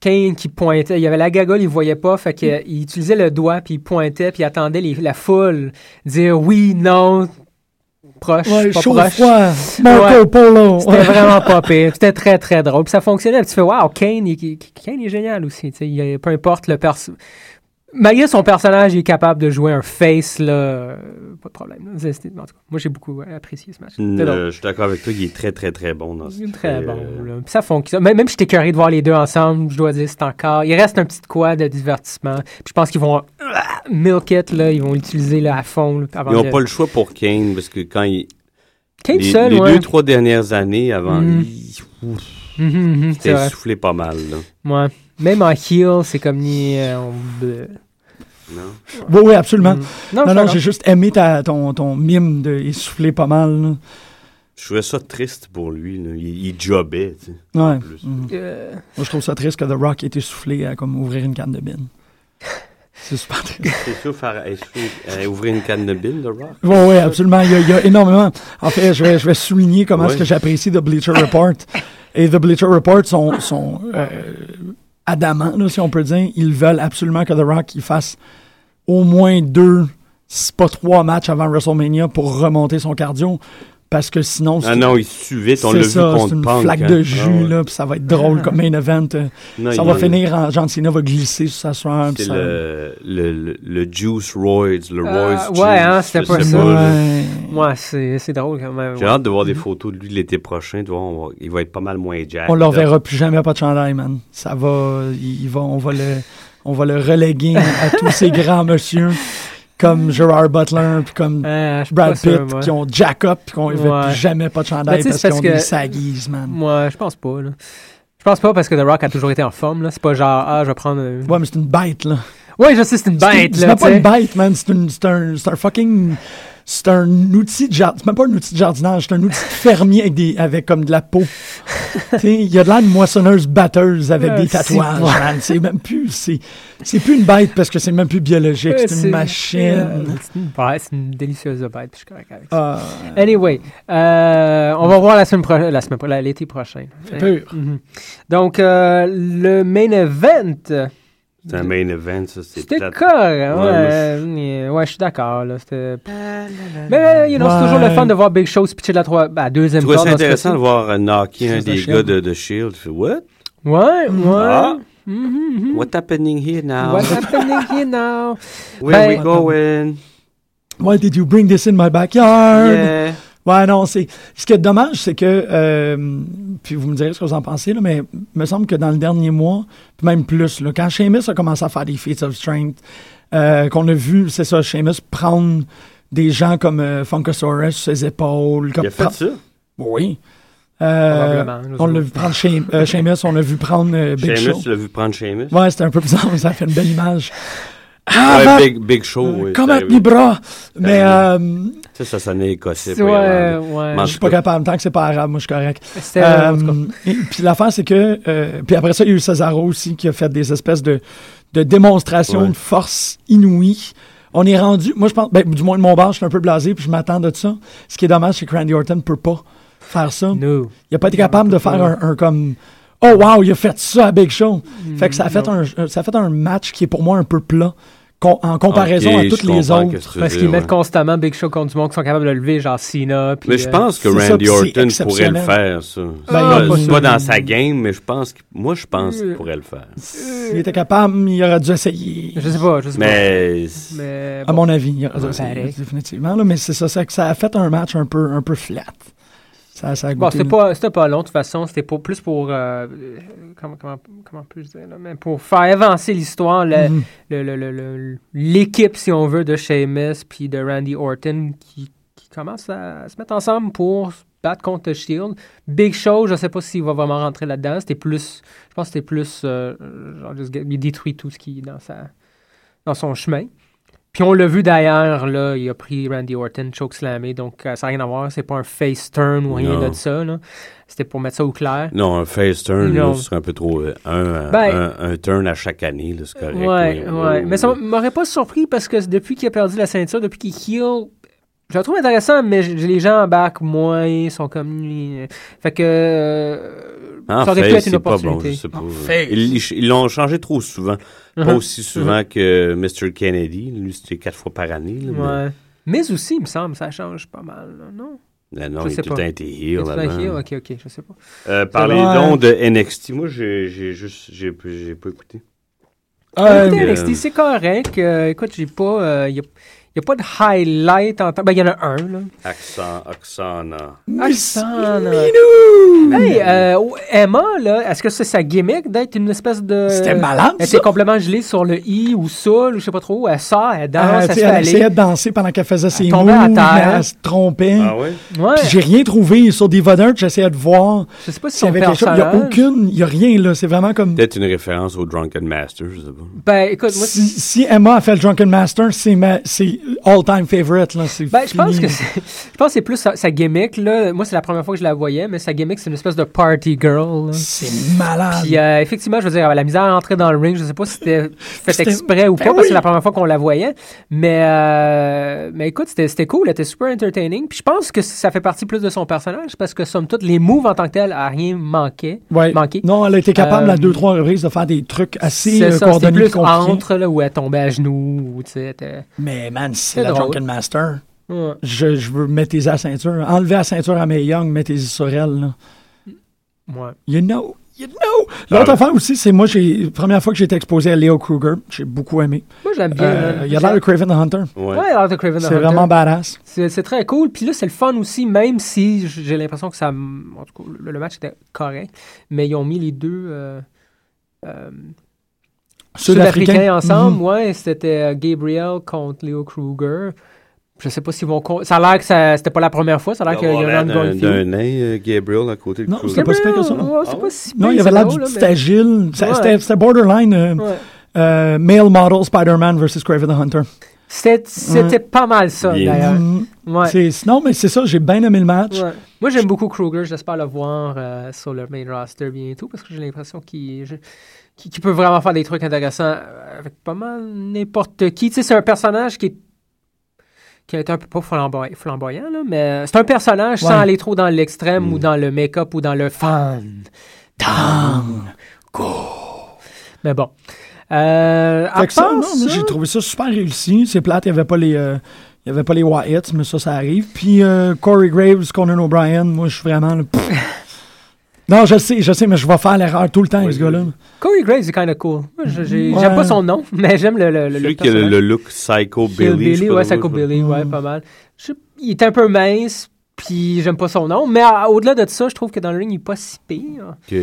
B: Kane qui pointait. Il y avait la gagole, il voyait pas. Fait que, euh,
A: Mm.
B: il utilisait le doigt, puis il pointait, puis il attendait les- la foule dire oui, non, proche,
A: Mm-hmm. Ouais,
B: pas
A: chaud,
B: proche.
A: froid. Marco
B: Ouais.
A: Polo.
B: C'était vraiment pas pire. C'était très, très drôle. Puis ça fonctionnait. Puis tu fais, wow, Kane, il- il- Kane est génial aussi. Tu sais, il est- peu importe le perso. Malgré son personnage, il est capable de jouer un face, là. euh, Pas de problème. là. C'est- c'est- en tout cas, moi, j'ai beaucoup ouais, apprécié ce match. C'était drôle.
C: Euh, je suis d'accord avec toi, il est très, très, très bon dans ce
B: Il est Très
C: euh,
B: bon, là. Puis ça fonctionne. Même, même si j'étais curé de voir les deux ensemble, je dois dire, c'est encore. Il reste un petit quoi de divertissement. Puis je pense qu'ils vont euh, milk it, là. Ils vont l'utiliser là, à fond. là, avant
C: Ils
B: de-
C: n'ont pas le choix pour Kane, parce que quand il...
B: Kane
C: les,
B: seul,
C: les
B: ouais.
C: deux, trois dernières années avant
B: Mm.
C: lui, ouf,
B: Mhm, mhm, c'est
C: t'es
B: vrai.
C: soufflé pas mal. Là.
B: Ouais. Même en heel, c'est comme. ni- euh, on- bleu.
C: Non?
A: Oui, oui, absolument.
B: Mm. Non,
A: Non,
B: je
A: non,
B: suis
A: j'ai juste aimé ta, ton, ton mime de essouffler pas mal.
C: Je trouvais ça triste pour lui. là. Il, il jobait. tu sais.
A: là. Ouais.
C: Plus.
A: Mhm.
B: d'accord. Euh,
A: Moi, je trouve ça triste que The Rock ait été soufflé à comme ouvrir une canne de bine. C'est super triste.
C: C'est sûr, faire est-ce que- euh, ouvrir une canne de bine, The Rock. Ah
A: Oui, oui, absolument. Il y, a, il y a énormément. En fait, je vais, je vais souligner comment est-ce
C: Ouais.
A: que j'apprécie The Bleacher Report. Et The Bleacher Report sont, sont euh, adamants, là, si on peut dire. Ils veulent absolument que The Rock il fasse au moins deux, si pas trois matchs avant WrestleMania pour remonter son cardio. Parce que sinon,
C: Ah
A: c'est-
C: non, il suit vite. On
A: C'est
C: l'a vu
A: ça, c'est
C: contre
A: une
C: Punk.
A: flaque
C: hein.
A: de
C: Ah
A: jus,
C: ouais.
A: là, puis ça va être drôle comme main event. euh,
C: Non,
A: ça
C: il-
A: va finir en John Cena va glisser sur sa soeur.
C: C'est
A: puis ça-
C: le, le, le, le Juice Royds, le
B: Euh,
C: Royce
B: ouais,
C: Juice.
B: hein, c'était
C: je
B: pas
C: sais
B: ça.
C: là.
A: Ouais. Mm-hmm.
B: ouais, c'est c'est drôle quand même.
C: J'ai
B: ouais.
C: hâte de voir des photos de lui de l'été prochain. Tu vois, on va- il va être pas mal moins jack.
A: On ne le reverra plus jamais pas de chandail, man. Ça va, il, il va, on va le, on va le reléguer à tous ces grands messieurs comme Gerard Butler puis comme
B: Euh, je suis
A: Brad
B: pas sûr,
A: Pitt
B: moi.
A: qui ont jack up puis qu'on ne
B: Ouais.
A: plus jamais pas de
B: Ben,
A: chandail
B: tu sais,
A: parce
B: c'est
A: qu'ils
B: parce
A: ont des
B: que-
A: saguises, man.
B: Moi, je pense pas. Là. Je pense pas parce que The Rock a toujours été en forme. là. C'est pas genre, ah, je vais prendre. un-
A: Ouais, mais c'est une bête, là.
B: Ouais, je sais, c'est une
A: C'est
B: bête.
A: une- C'est
B: là,
A: pas
B: tu sais.
A: une bête, man. C'est une- c'est un, c'est un fucking C'est un outil de jardinage. C'est même pas un outil de jardinage, c'est un outil de fermier avec, des, avec comme de la peau. Tu sais, il y a de l'air de moissonneuse batteuse avec
B: Ah,
A: des
B: c'est
A: tatouages,
B: bon.
A: man. C'est même plus. C'est, c'est plus une bête parce que c'est même plus biologique.
B: Ouais,
A: c'est une machine.
B: c'est une- ouais, c'est une délicieuse bête, puis je suis correct avec ça.
A: Ah,
B: Anyway, euh, on va voir la semaine prochaine, la semaine pro- la- l'été prochain.
A: pur.
B: Mhm. Donc, euh, le main event,
C: C'est un main event, ça. C'est
B: c'était
C: plate.
B: correct.
C: Ouais,
B: Ouais,
C: moi,
B: euh, ouais, je suis d'accord. là, c'était- Mais, you know, c'est toujours le
A: Ouais.
B: fun de voir Big Show se pitcher de la trois, bah, deuxième
C: Je trouvais
B: corde.
C: ça
B: dans ce
C: intéressant de
B: cas-ci.
C: voir euh, knocker un
A: C'est
C: des
A: ça,
C: gars
A: Shield.
C: de, de Shield. Je fais, What?
B: Ouais, ouais.
C: Ah.
B: Mhm, mhm.
C: What's happening here now?
B: What's happening here now?
C: Where
B: Ben-
C: we going?
A: Why did you bring this in my backyard?
C: Yeah.
A: Ouais, non, c'est. Ce qui est dommage, c'est que. euh, puis vous me direz ce que vous en pensez, là, mais me semble que dans le dernier mois, puis même plus, là, quand Seamus a commencé à faire des feats of strength, euh, qu'on a vu, c'est ça, Seamus prendre des gens comme euh, Funkasaurus sur ses épaules. Comme
C: Il a fait ça?
A: Oui. Euh,
B: Probablement,
A: on
B: je
A: l'a
B: sais
A: vu prendre Seam- euh, Seamus, on l'a vu prendre euh, Big
C: Seamus, tu
A: Show.
C: l'as vu prendre Seamus?
A: Ouais, c'était un peu bizarre, mais ça fait une belle image.
C: Ouais,
A: Ah,
C: big, big Show,
B: Euh,
C: oui.
A: Comment
C: c'est
A: mes
C: arrivé.
A: bras? Mais
C: Ah,
A: euh,
C: Ça, ça sonnait écossais.
B: Ouais,
C: pas irlandais.
B: ouais.
C: Mais en
A: je suis
C: tout
A: pas
C: cas,
A: capable. Tant que c'est pas arabe, moi, je suis correct.
B: C'était, en tout cas,
A: Euh, et- Puis l'affaire, c'est que. euh, puis après ça, il y a eu Cesaro aussi qui a fait des espèces de, de démonstrations
C: Ouais.
A: de force inouïe. On est rendu. Moi, je pense. Ben, du moins, de mon bar, je suis un peu blasé, puis je m'attends de ça. Ce qui est dommage, c'est que Randy Orton peut pas faire ça.
B: no.
A: Il a pas été capable de faire un, un comme. Oh, wow, il a fait ça à Big Show.
B: Mm,
A: Fait que ça a fait, un, ça a fait un match qui est pour moi un peu plat com- en comparaison
C: ok,
A: à
C: je
A: toutes les
C: comprends
A: autres.
C: qu'est-ce que tu veux
B: Parce qu'ils
C: dire,
B: mettent
C: ouais.
B: constamment Big Show contre du monde qui sont capables de le lever, genre Cena. puis, Ben,
C: Mais je
B: euh,
C: pense que
A: c'est ça, puis
C: Randy
A: c'est
C: Orton pourrait le
A: exceptionnel.
C: faire, ça. C'est
A: Ah,
C: pas,
A: pas
C: c'est
A: sûr.
C: pas dans sa game, mais je pense que, moi, je pense qu'il pourrait le faire.
A: Il était capable, il aurait dû essayer.
B: Je sais pas, je sais
C: Mais,
B: pas. Mais.
A: À
B: bon.
A: mon avis, il y aura-
B: Ouais.
A: c'est-
B: Pareil.
A: définitivement. Là, mais c'est ça, ça, ça a fait un match un peu, un peu flat. Ça, ça a
B: Bon,
A: goûté,
B: c'était
A: là.
B: pas, c'était pas long, de toute façon. C'était pour, plus pour. euh, euh, comment, comment, comment puis-je dire, là? Mais pour faire avancer l'histoire, le-
A: Mhm.
B: le- le- le- le- l'équipe, si on veut, de Sheamus puis de Randy Orton qui, qui commence à se mettre ensemble pour se battre contre The Shield. Big Show, je sais pas s'il va vraiment rentrer là-dedans. C'était plus. Je pense que c'était plus. euh, genre, just get- il détruit tout ce qui est dans, sa, dans son chemin. Puis on l'a vu d'ailleurs, là, il a pris Randy Orton, chokeslamé, donc euh, ça n'a rien à voir, c'est pas un face turn ou rien
C: Non.
B: de ça, là. C'était pour mettre ça au clair.
C: non, un face turn,
B: Non.
C: là, ce serait un peu trop. euh, Un,
B: Ben-
C: un, un turn à chaque année, là, c'est correct.
B: ouais,
C: oui,
B: ouais.
C: oui,
B: Mais ça
C: oui.
B: m'aurait pas surpris parce que depuis qu'il a perdu la ceinture, depuis qu'il heal, je le trouve intéressant, mais j- les gens en bac, moins, ils sont comme. euh, Fait que. euh,
C: En
B: ça aurait pu
C: fait,
B: être une
C: Ah, c'est pas bon,
B: opportunité.
C: je sais pas. Ils ils- ils l'ont changé trop souvent. Pas
B: Mhm.
C: aussi souvent que Mr. Kennedy. Lui, c'était quatre fois par année. là, mais-
B: Ouais. Mais aussi, il me semble, ça change pas mal, là, non?
C: Ben non,
B: Je
C: il
B: sais
C: a tout
B: pas.
C: un été
B: Il
C: heel.
B: est tout
C: avant.
B: à heal? Ok, ok, je sais pas.
C: Euh, parlez
A: Ouais.
C: donc de NXT. Moi, j'ai j'ai juste. J'ai j'ai pas écouté.
A: Euh,
B: Écoutez,
C: mais,
B: NXT,
C: euh,
B: c'est correct. Euh, écoute, j'ai pas. Il n'y a, y a pas de highlight en temps. Ben, il y en a un, là. Ah,
C: Accent, Oksana.
A: Miss
B: Oksana.
A: Minou!
B: Hey, euh, oh, Emma, là, est-ce que c'est sa gimmick d'être une espèce de.
A: C'était malade,
B: Elle
A: ça.
B: était complètement gelée sur le i ou sol, ou je sais pas trop. Elle sort, elle
A: Euh,
B: danse,
A: tu sais,
B: elle Ah, se fait
A: elle
B: aller.
A: essayait de danser pendant qu'elle faisait ses moves,
B: tombait à terre.
A: mais elle se trompait.
C: Ah ouais?
B: Ouais.
A: Puis j'ai rien trouvé sur des vodantes, j'essayais de voir
B: Je sais pas si
A: s'il y
B: son
A: avait quelque chose. Il n'y a
B: personnage.
A: aucune, il n'y a rien là. C'est vraiment comme.
C: Peut-être une référence au Drunken Master, je sais pas.
B: Ben, écoute, moi.
A: Si, si Emma a fait le Drunken Master, c'est ma, c'est all-time favorite là. c'est
B: Ben, je pense
A: fini.
B: que c'est, je pense que c'est plus sa, sa gimmick, là. Moi, c'est la première fois que je la voyais, mais sa gimmick, c'est une espèce de party girl, là.
A: c'est malade.
B: Puis euh, effectivement, je veux dire, elle avait la misère à entrer dans le ring. Je sais pas si c'était fait
A: C'était-
B: exprès ou pas,
A: Ben
B: parce que c'est
A: oui.
B: la première fois qu'on la voyait. Mais, euh, mais écoute, c'était c'était cool. Elle était super entertaining. Puis je pense que ça fait partie plus de son personnage, parce que somme toute, les moves en tant que tel, à rien manquait.
A: Ouais.
B: manqué.
A: Non, elle a été capable à
B: Euh,
A: deux, trois reprises de faire des trucs assez
B: C'est
A: euh,
B: ça, c'était
A: coordonnés
B: plus
A: et compliqués.
B: entre là, où elle tombait à genoux. Ou, tu sais, elle était-
A: Mais man, c'est
B: C'est
A: la
B: drôle.
A: Drunken Master.
B: Ouais.
A: Je, je veux mettez la ceinture. Enlevez la ceinture à May Young, mettez-y sur elle. là.
B: Ouais.
A: You know. You know. L'autre
C: Ah.
A: affaire aussi, c'est moi, j'ai première fois que j'ai été exposé à Leo Kruger. J'ai beaucoup aimé.
B: Moi, j'aime bien.
A: Euh,
B: là.
A: il y a l'air de Craven the Hunter.
C: Ouais.
B: Ouais, il a l'air de Craven the
A: C'est
B: Hunter.
A: vraiment badass.
B: C'est c'est très cool. Puis là, c'est le fun aussi, même si j- j'ai l'impression que ça. m- En tout cas, le, le match était correct. Mais ils ont mis les deux euh, euh,
A: Sud-africain.
B: Sud-Africains ensemble.
A: Mhm.
B: Ouais, c'était euh, Gabriel contre Leo Kruger. Je sais pas s'ils vont. con- Ça a l'air que ça- c'était pas la première fois. Ça a l'air qu'il y a eu un
C: d'un
B: ongoing
C: d'un
B: feud.
C: nain, euh, Gabriel, à côté de
A: Non,
C: Cruiser.
A: c'était pas si pire que ça, non? Ah
B: Gabriel, ouais, c'est pas si
A: Non,
B: pire,
A: il y avait
B: c'est
A: l'air
B: drôle,
A: du
B: là,
A: petit
B: mais-
A: agile. Ça-
B: Ouais.
A: C'était c'était borderline euh,
B: Ouais.
A: euh, male model Spider-Man versus Craven the Hunter.
B: C'était c'était pas mal ça,
C: Bien.
B: d'ailleurs.
A: Mhm.
B: Ouais.
A: C'est- Non, mais c'est ça, j'ai bien aimé le match.
B: Ouais. Moi, j'aime beaucoup Kruger. J'espère le voir euh, sur le main roster bientôt parce que j'ai l'impression qu'il je- qu'il- qu'il peut vraiment faire des trucs intéressants euh, avec pas mal n'importe qui. Tu sais, c'est un personnage qui est qui a été un peu pas flamboy- flamboyant, là, mais c'est un personnage
A: Ouais. Mm.
B: sans aller trop dans l'extrême ou dans le make-up ou dans le fan. Down. Go. Mais bon. Euh, à
A: Fait que ça,
B: part
A: non,
B: ça-
A: moi, j'ai trouvé ça super réussi. C'est plate, il n'y avait pas les. euh, il y avait pas les Wyatts, mais ça, ça arrive. Puis euh, Corey Graves, Conan O'Brien, moi, je suis vraiment. là, pff. non, je sais, je sais, mais je vais faire l'erreur tout le temps, avec ce gars-là.
B: Corey Graves est kind of cool. Moi, je- j'ai-
A: Ouais.
B: J'aime pas son nom, mais j'aime le, le, le, le
C: Celui qui a le,
B: personnage.
C: le look Psycho
B: Kill
C: Billy. je sais pas
B: ouais,
C: trop,
B: Psycho
C: je-
B: Billy, ouais, pas mal. Je- il est un peu mince, puis j'aime pas son nom, mais à- au-delà de ça, je trouve que dans le ring, il est pas si pire.
C: Ok.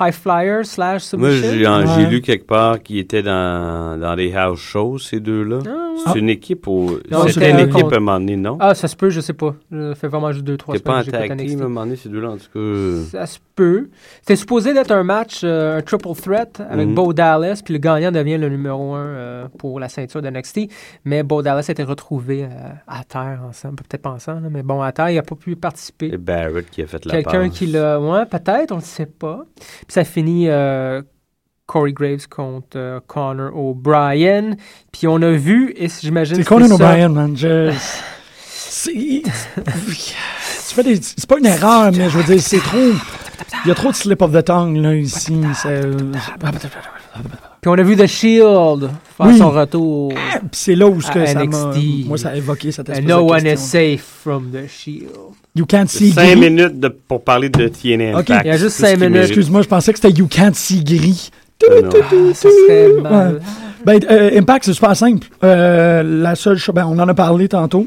B: High Flyer slash
C: Moi, j'ai
B: Submission.
C: en-
A: Ouais.
C: j'ai lu quelque part qu'ils étaient dans, dans les house shows, ces deux-là.
B: Ah,
C: C'est une équipe au.
B: Non,
C: C'était une
A: c'était
C: équipe
B: contre-
C: à un moment donné, non?
B: Ah, ça se peut, je sais pas. Je fais vraiment juste deux, trois
C: C'était pas en
B: semaines que j'écoute
C: tag team
B: NXT.
C: à un moment donné, ces deux-là, en tout cas.
B: Ça se peut. C'était supposé d'être un match, euh, un triple threat avec
C: Mhm.
B: Bo Dallas, puis le gagnant devient le numéro un euh, pour la ceinture de NXT. Mais Bo Dallas a été retrouvé euh, à terre ensemble, peut-être pas ensemble, là, mais bon, à terre, il a pas pu participer.
C: C'est Barrett qui a fait la
B: Quelqu'un
C: passe.
B: qui l'a. Ouais, peut-être, on ne sait pas. Puis ça finit euh, Corey Graves contre euh, Connor O'Brien. Puis on a vu, et si j'imagine.
A: C'est
B: que
A: Conan
B: ça-
A: O'Brien, man. Je- c'est- Tu fais des- C'est pas une erreur, mais je veux dire, c'est trop. Il y a trop de slip of the tongue, là, ici. C'est-
B: Puis on a vu The Shield faire
A: Oui.
B: son retour.
A: Puis c'est là où ce que
B: À
A: ça m'a.
B: NXT.
A: Moi, ça a évoqué cette espèce
B: And Euh, no
A: de
B: one is
A: question.
B: safe from The Shield.
A: You can't see
C: Cinq
A: gris.
C: minutes de- pour parler de TNA
A: Ok.
C: Impact.
B: Il y a juste
C: C'est
B: cinq
C: ce qui
B: minutes.
C: mérite.
A: Excuse-moi, je pensais que c'était You can't see gris.
C: Ah, non.
B: Ah, ça serait mal.
A: Ben, euh, Impact, c'est super simple. Euh, la seule chose, ben, on en a parlé tantôt,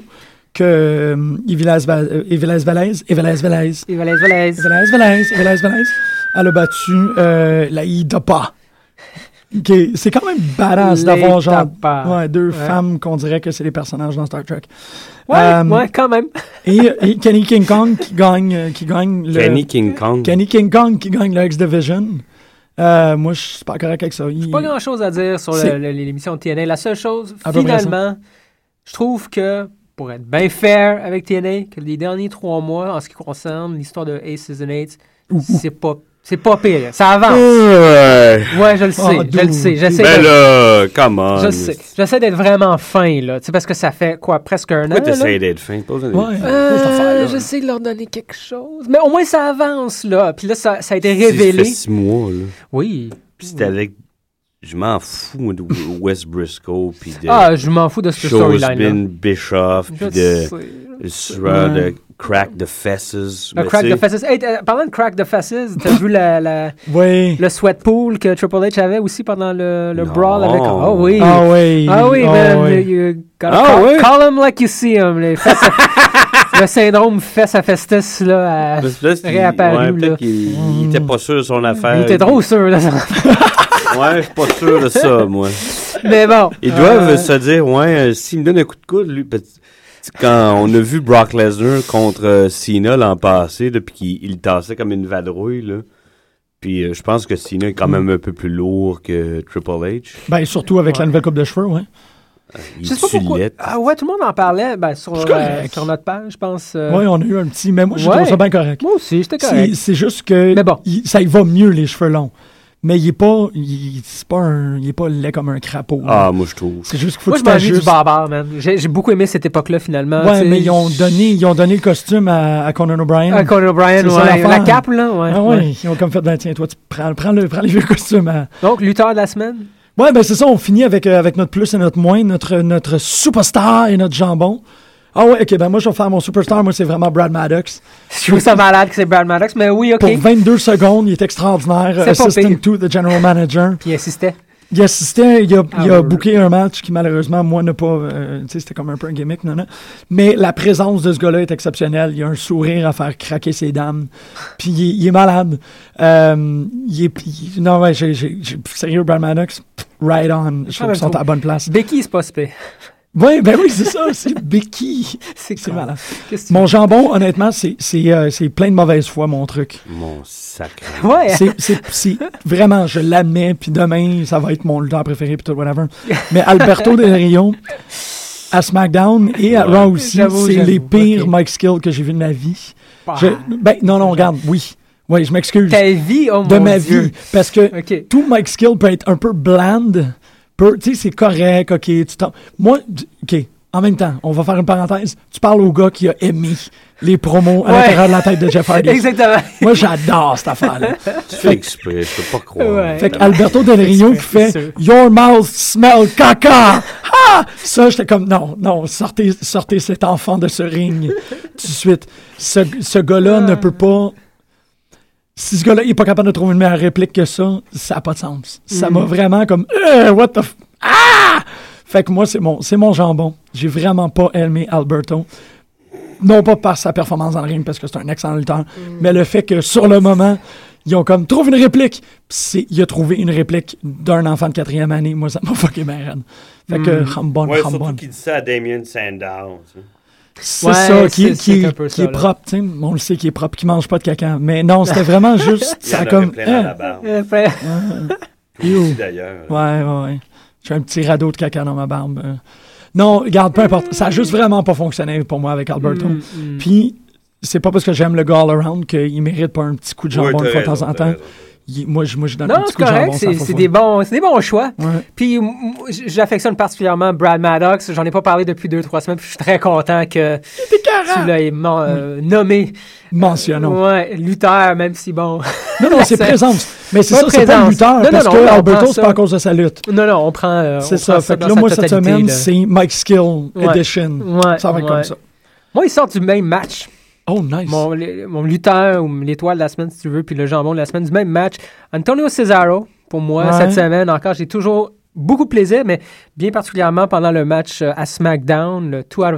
A: que euh, Ivelaz Va- euh, Ivelaz Velez, Ivelaz Velez,
B: Et
A: Ivelaz
B: Valais, Valais.
A: Velez, Ivelaz Velez, elle a battu euh, la IDOPA. Ok, C'est quand même badass
B: Les
A: d'avoir genre
B: tapas.
A: ouais, deux
B: Ouais.
A: femmes qu'on dirait que c'est des personnages dans Star Trek.
B: Ouais,
A: Euh,
B: ouais, quand même.
A: Et, et Kenny King Kong qui gagne, euh, qui gagne le,
C: Kenny King Kong.
A: Kenny King Kong qui gagne le X Division. Euh, moi, je suis pas correct avec ça. Il-
B: Pas grand chose à dire sur le-
A: C'est- Ah, ben,
B: le- l'émission de TNA. La seule chose,
A: À peu près ça.
B: finalement, je trouve que, pour être bien fair avec TNA, que les derniers trois mois, en ce qui concerne l'histoire de Ace Season 8, c'est pas, c'est pas pire. Ça avance.
C: Ouais.
B: Ouais, je le sais.
A: Euh. Ah,
B: je le
A: dude.
B: sais. J'essaie
C: Ah! Ben
B: de-
C: là, come on.
B: je sais. J'essaie d'être vraiment fin, là. Tu sais, parce que ça fait, quoi, presque un
C: Pourquoi
B: an. Ben là?
C: t'essayes d'être fin? Pose une-
A: Ouais.
B: Euh,
A: Grosse affaire, là.
B: J'essaie de leur donner quelque chose. Mais au moins, ça avance, là. Puis là, ça, ça a été
C: Ça fait
B: révélé.
C: six mois, là.
B: Oui.
C: Puis c'était avec... Je m'en fous moi, de Wes Briscoe, puis de
B: Ah, je m'en fous de ce storyline-là.
C: Chosbin Bischoff,
B: Je
C: puis Euh, de...
B: sais.
C: Sra, de Crack the Faces.
B: Le
C: mais
B: crack
C: tu sais,
B: de faces. Hey, t'as- parlant de crack de faces, t'as vu la, la-
A: Oui.
B: le sweat pool que Triple H avait aussi pendant le, le
C: Non.
B: brawl avec. Oh oui.
A: Ah oui.
B: Ah oui,
A: Ah
B: man.
A: oui.
B: You you gotta
C: Ah
B: call,
C: oui.
B: call 'em like you see 'em, les fesses à- le syndrome euh, fesse à festus, là. à-
C: parce que là, c'est-
B: réapparu,
C: ouais, peut-être
B: là. Mm.
C: qu'il il était pas sûr de son affaire.
B: Il était trop sûr, là.
C: Ouais, je suis pas sûr de ça, moi.
B: Mais bon.
C: Ils doivent
B: Euh,
C: se dire, ouais, euh, s'il me donne un coup de coude, lui, parce- quand on a vu Brock Lesnar contre euh, Cena l'an passé, là, puis qu'il il le tassait comme une vadrouille, là. Puis euh, je pense que Cena est
A: Mm.
C: quand même un peu plus lourd que Triple H.
A: Ben, surtout avec la nouvelle coupe de cheveux, ouais.
C: Il
B: Je sais pas
C: tue
B: pourquoi.
C: laid.
B: Ah ouais, tout le monde en parlait ben, sur,
A: C'est
B: euh,
A: correct.
B: sur notre page, je pense. euh,
A: Oui, on a eu un petit. Mais moi, je
B: Ouais.
A: trouve ça bien correct.
B: Moi aussi, j'étais
A: C'est
B: correct.
A: c'est juste que
B: Mais bon.
A: il- ça y va mieux, les cheveux longs. Mais il est pas. Il c'est pas, un- il est pas laid comme un crapaud.
C: Ah, moi, je trouve.
A: C'est juste qu'il faut que
B: Moi, je
A: tu
B: m'ennuie du
A: t'ajustes.
B: barbare, man. J'ai j'ai beaucoup aimé cette époque-là, finalement. tu
A: Ouais,
B: sais.
A: mais ils ont, donné, ils ont donné le costume à, à Conan O'Brien.
B: Ah, Conan O'Brien,
A: C'est ça
B: ouais.
A: l'affaire.
B: La cape, là, ouais.
A: Ah
B: ouais.
A: ouais, ils ont comme fait, ben tiens, toi, tu prends, prends, le, prends les vieux costumes. à-
B: Donc, lutteur de la semaine.
A: Ouais, ben c'est ça, on finit avec, euh, avec notre plus et notre moins, notre, notre superstar et notre jambon. Ah ouais, ok, ben moi, je vais faire mon superstar. Moi, c'est vraiment Brad Maddox.
B: Je trouve ça malade que c'est Brad Maddox, mais oui, OK.
A: Pour 22 secondes, il est extraordinaire.
B: C'est pas
A: Assistant
B: pire.
A: to the general manager.
B: Puis il insistait.
A: Il assistait, il a, il
B: Ah,
A: a
B: ouais.
A: booké un match qui malheureusement, moi, n'a pas. euh, tu sais, c'était comme un peu un gimmick, non, non. Mais la présence de ce gars-là est exceptionnelle. Il a un sourire à faire craquer ses dames. Puis il, est- il est malade. Euh, il est. puis- non, ouais, j'ai, j'ai- j'ai- sérieux, Brad Maddox, pff, right on. Je trouve
B: même
A: qu'ils sont
B: trop.
A: à la bonne place.
B: Becky, c'est pas super.
A: Oui, ben oui, c'est ça, c'est Becky.
B: C'est
A: C'est
B: con.
A: malade.
B: Qu'est-ce que tu-
A: Mon jambon, honnêtement, c'est, c'est, euh, c'est plein de mauvaise foi, mon truc.
C: Mon sacré.
B: Ouais.
A: C'est- c'est c'est- vraiment, je l'admets, puis demain, ça va être mon lutteur préféré, puis tout, whatever. Mais Alberto Del Rio, à SmackDown et à Raw aussi,
B: J'avoue,
A: c'est
B: j'avoue.
A: les pires
B: Ok.
A: Mike Skill que j'ai vu de ma vie. Je- ben, non, non, regarde, oui. Oui, je m'excuse.
B: Ah. Ta vie, oh mon
A: De ma
B: Dieu.
A: vie. Parce que
B: Ok.
A: tout Mike Skill peut être un peu bland. peut- Tu sais, c'est correct, ok, tu t'en- Moi, d- ok, en même temps, on va faire une parenthèse. Tu parles au gars qui a aimé les promos à
B: Ouais.
A: l'intérieur de la tête de Jeff Hardy.
B: Exactement.
A: Moi, j'adore cette affaire-là.
C: Tu fais exprès, je peux pas croire.
B: Ouais.
A: Fait que Alberto Del Rio qui fait
B: sûr.
A: Your mouth smell caca! Ah! Ça, j'étais comme non, non, sortez, sortez cet enfant de ce ring tout de suite. Ce, ce gars-là ne peut pas. Si ce gars-là n'est pas capable de trouver une meilleure réplique que ça, ça n'a pas de sens. Ça
B: Mm.
A: m'a vraiment comme Euh, What the f- Ah! Fait que moi, c'est mon, c'est mon jambon. J'ai vraiment pas aimé Alberto. Non pas par sa performance dans le ring, parce que c'est un excellent
B: Mm.
A: lutteur, mais le fait que sur le moment, ils ont comme trouve une réplique. Puis c'est- il a trouvé une réplique d'un enfant de quatrième année. Moi, ça m'a fucking marraine. Fait que
B: Mm.
A: Rambon,
C: Ouais,
A: Rambon.
C: surtout qu'il dit ça à Damien hein. Sandow. tu sais.
A: C'est
B: Ouais,
A: ça, qui,
B: c'est-
A: qui-
B: c'est un peu
A: qui
B: ça,
A: est
B: là.
A: propre, tu sais. On le sait qui est propre, qui mange pas de caca. Mais non, c'était vraiment juste.
C: Il y en
A: ça
C: aurait
A: comme.
C: plein dans la
A: hein,
C: barbe,
B: Après-
A: ew.
C: d'ailleurs.
A: Ouais, ouais, ouais. J'ai un petit radeau de caca dans ma barbe. euh. Non, regarde, peu importe. Ça a juste
B: Mm.
A: vraiment pas fonctionné pour moi avec Alberto. Puis, c'est pas parce que j'aime le gars all-around qu'il mérite pas un petit coup de
C: Ouais,
A: jambon
C: t'as
A: une fois de
C: raison,
A: temps en
C: t'as
A: temps.
C: raison.
A: Il- moi, je, moi, je donne un
B: Non,
A: petit
B: c'est
A: coup de
B: correct,
A: jambon.
B: c'est
A: sans
B: c'est
A: faux
B: des, bons- c'est des bons choix.
A: Ouais.
B: Puis m- m- j'affectionne particulièrement Brad Maddox. J'en ai pas parlé depuis deux, trois semaines. puis je suis très content que
A: Ah!
B: tu l'aies mon- euh, nommé
A: Mentionnons.
B: ouais, lutteur, même si bon.
A: Non, non, c'est
B: Ça-
A: présence. Mais c'est
B: Ouais,
A: ça, c'est pas
B: présence.
A: le lutteur.
B: Non, non,
A: parce
B: non,
A: que
B: on
A: Alberto,
B: prend
A: c'est
B: ça.
A: pas à cause de sa lutte.
B: non, non, on prend. euh, on
A: C'est
B: prend
A: ça. Fait que
B: dans
A: là,
B: sa
A: moi, cette
B: totalité,
A: semaine,
B: là.
A: c'est Mike Skill
B: Ouais.
A: Edition.
B: Ouais,
A: ça va être comme
B: ouais.
A: ça.
B: Moi, il sort du même match.
A: Oh, nice.
B: Mon, les- mon lutteur ou l'étoile de la semaine, si tu veux, puis le jambon de la semaine, du même match. Antonio Cesaro, pour moi,
A: Ouais.
B: cette semaine encore, j'ai toujours beaucoup de plaisir, mais bien particulièrement pendant le match euh, à SmackDown, le 2 out of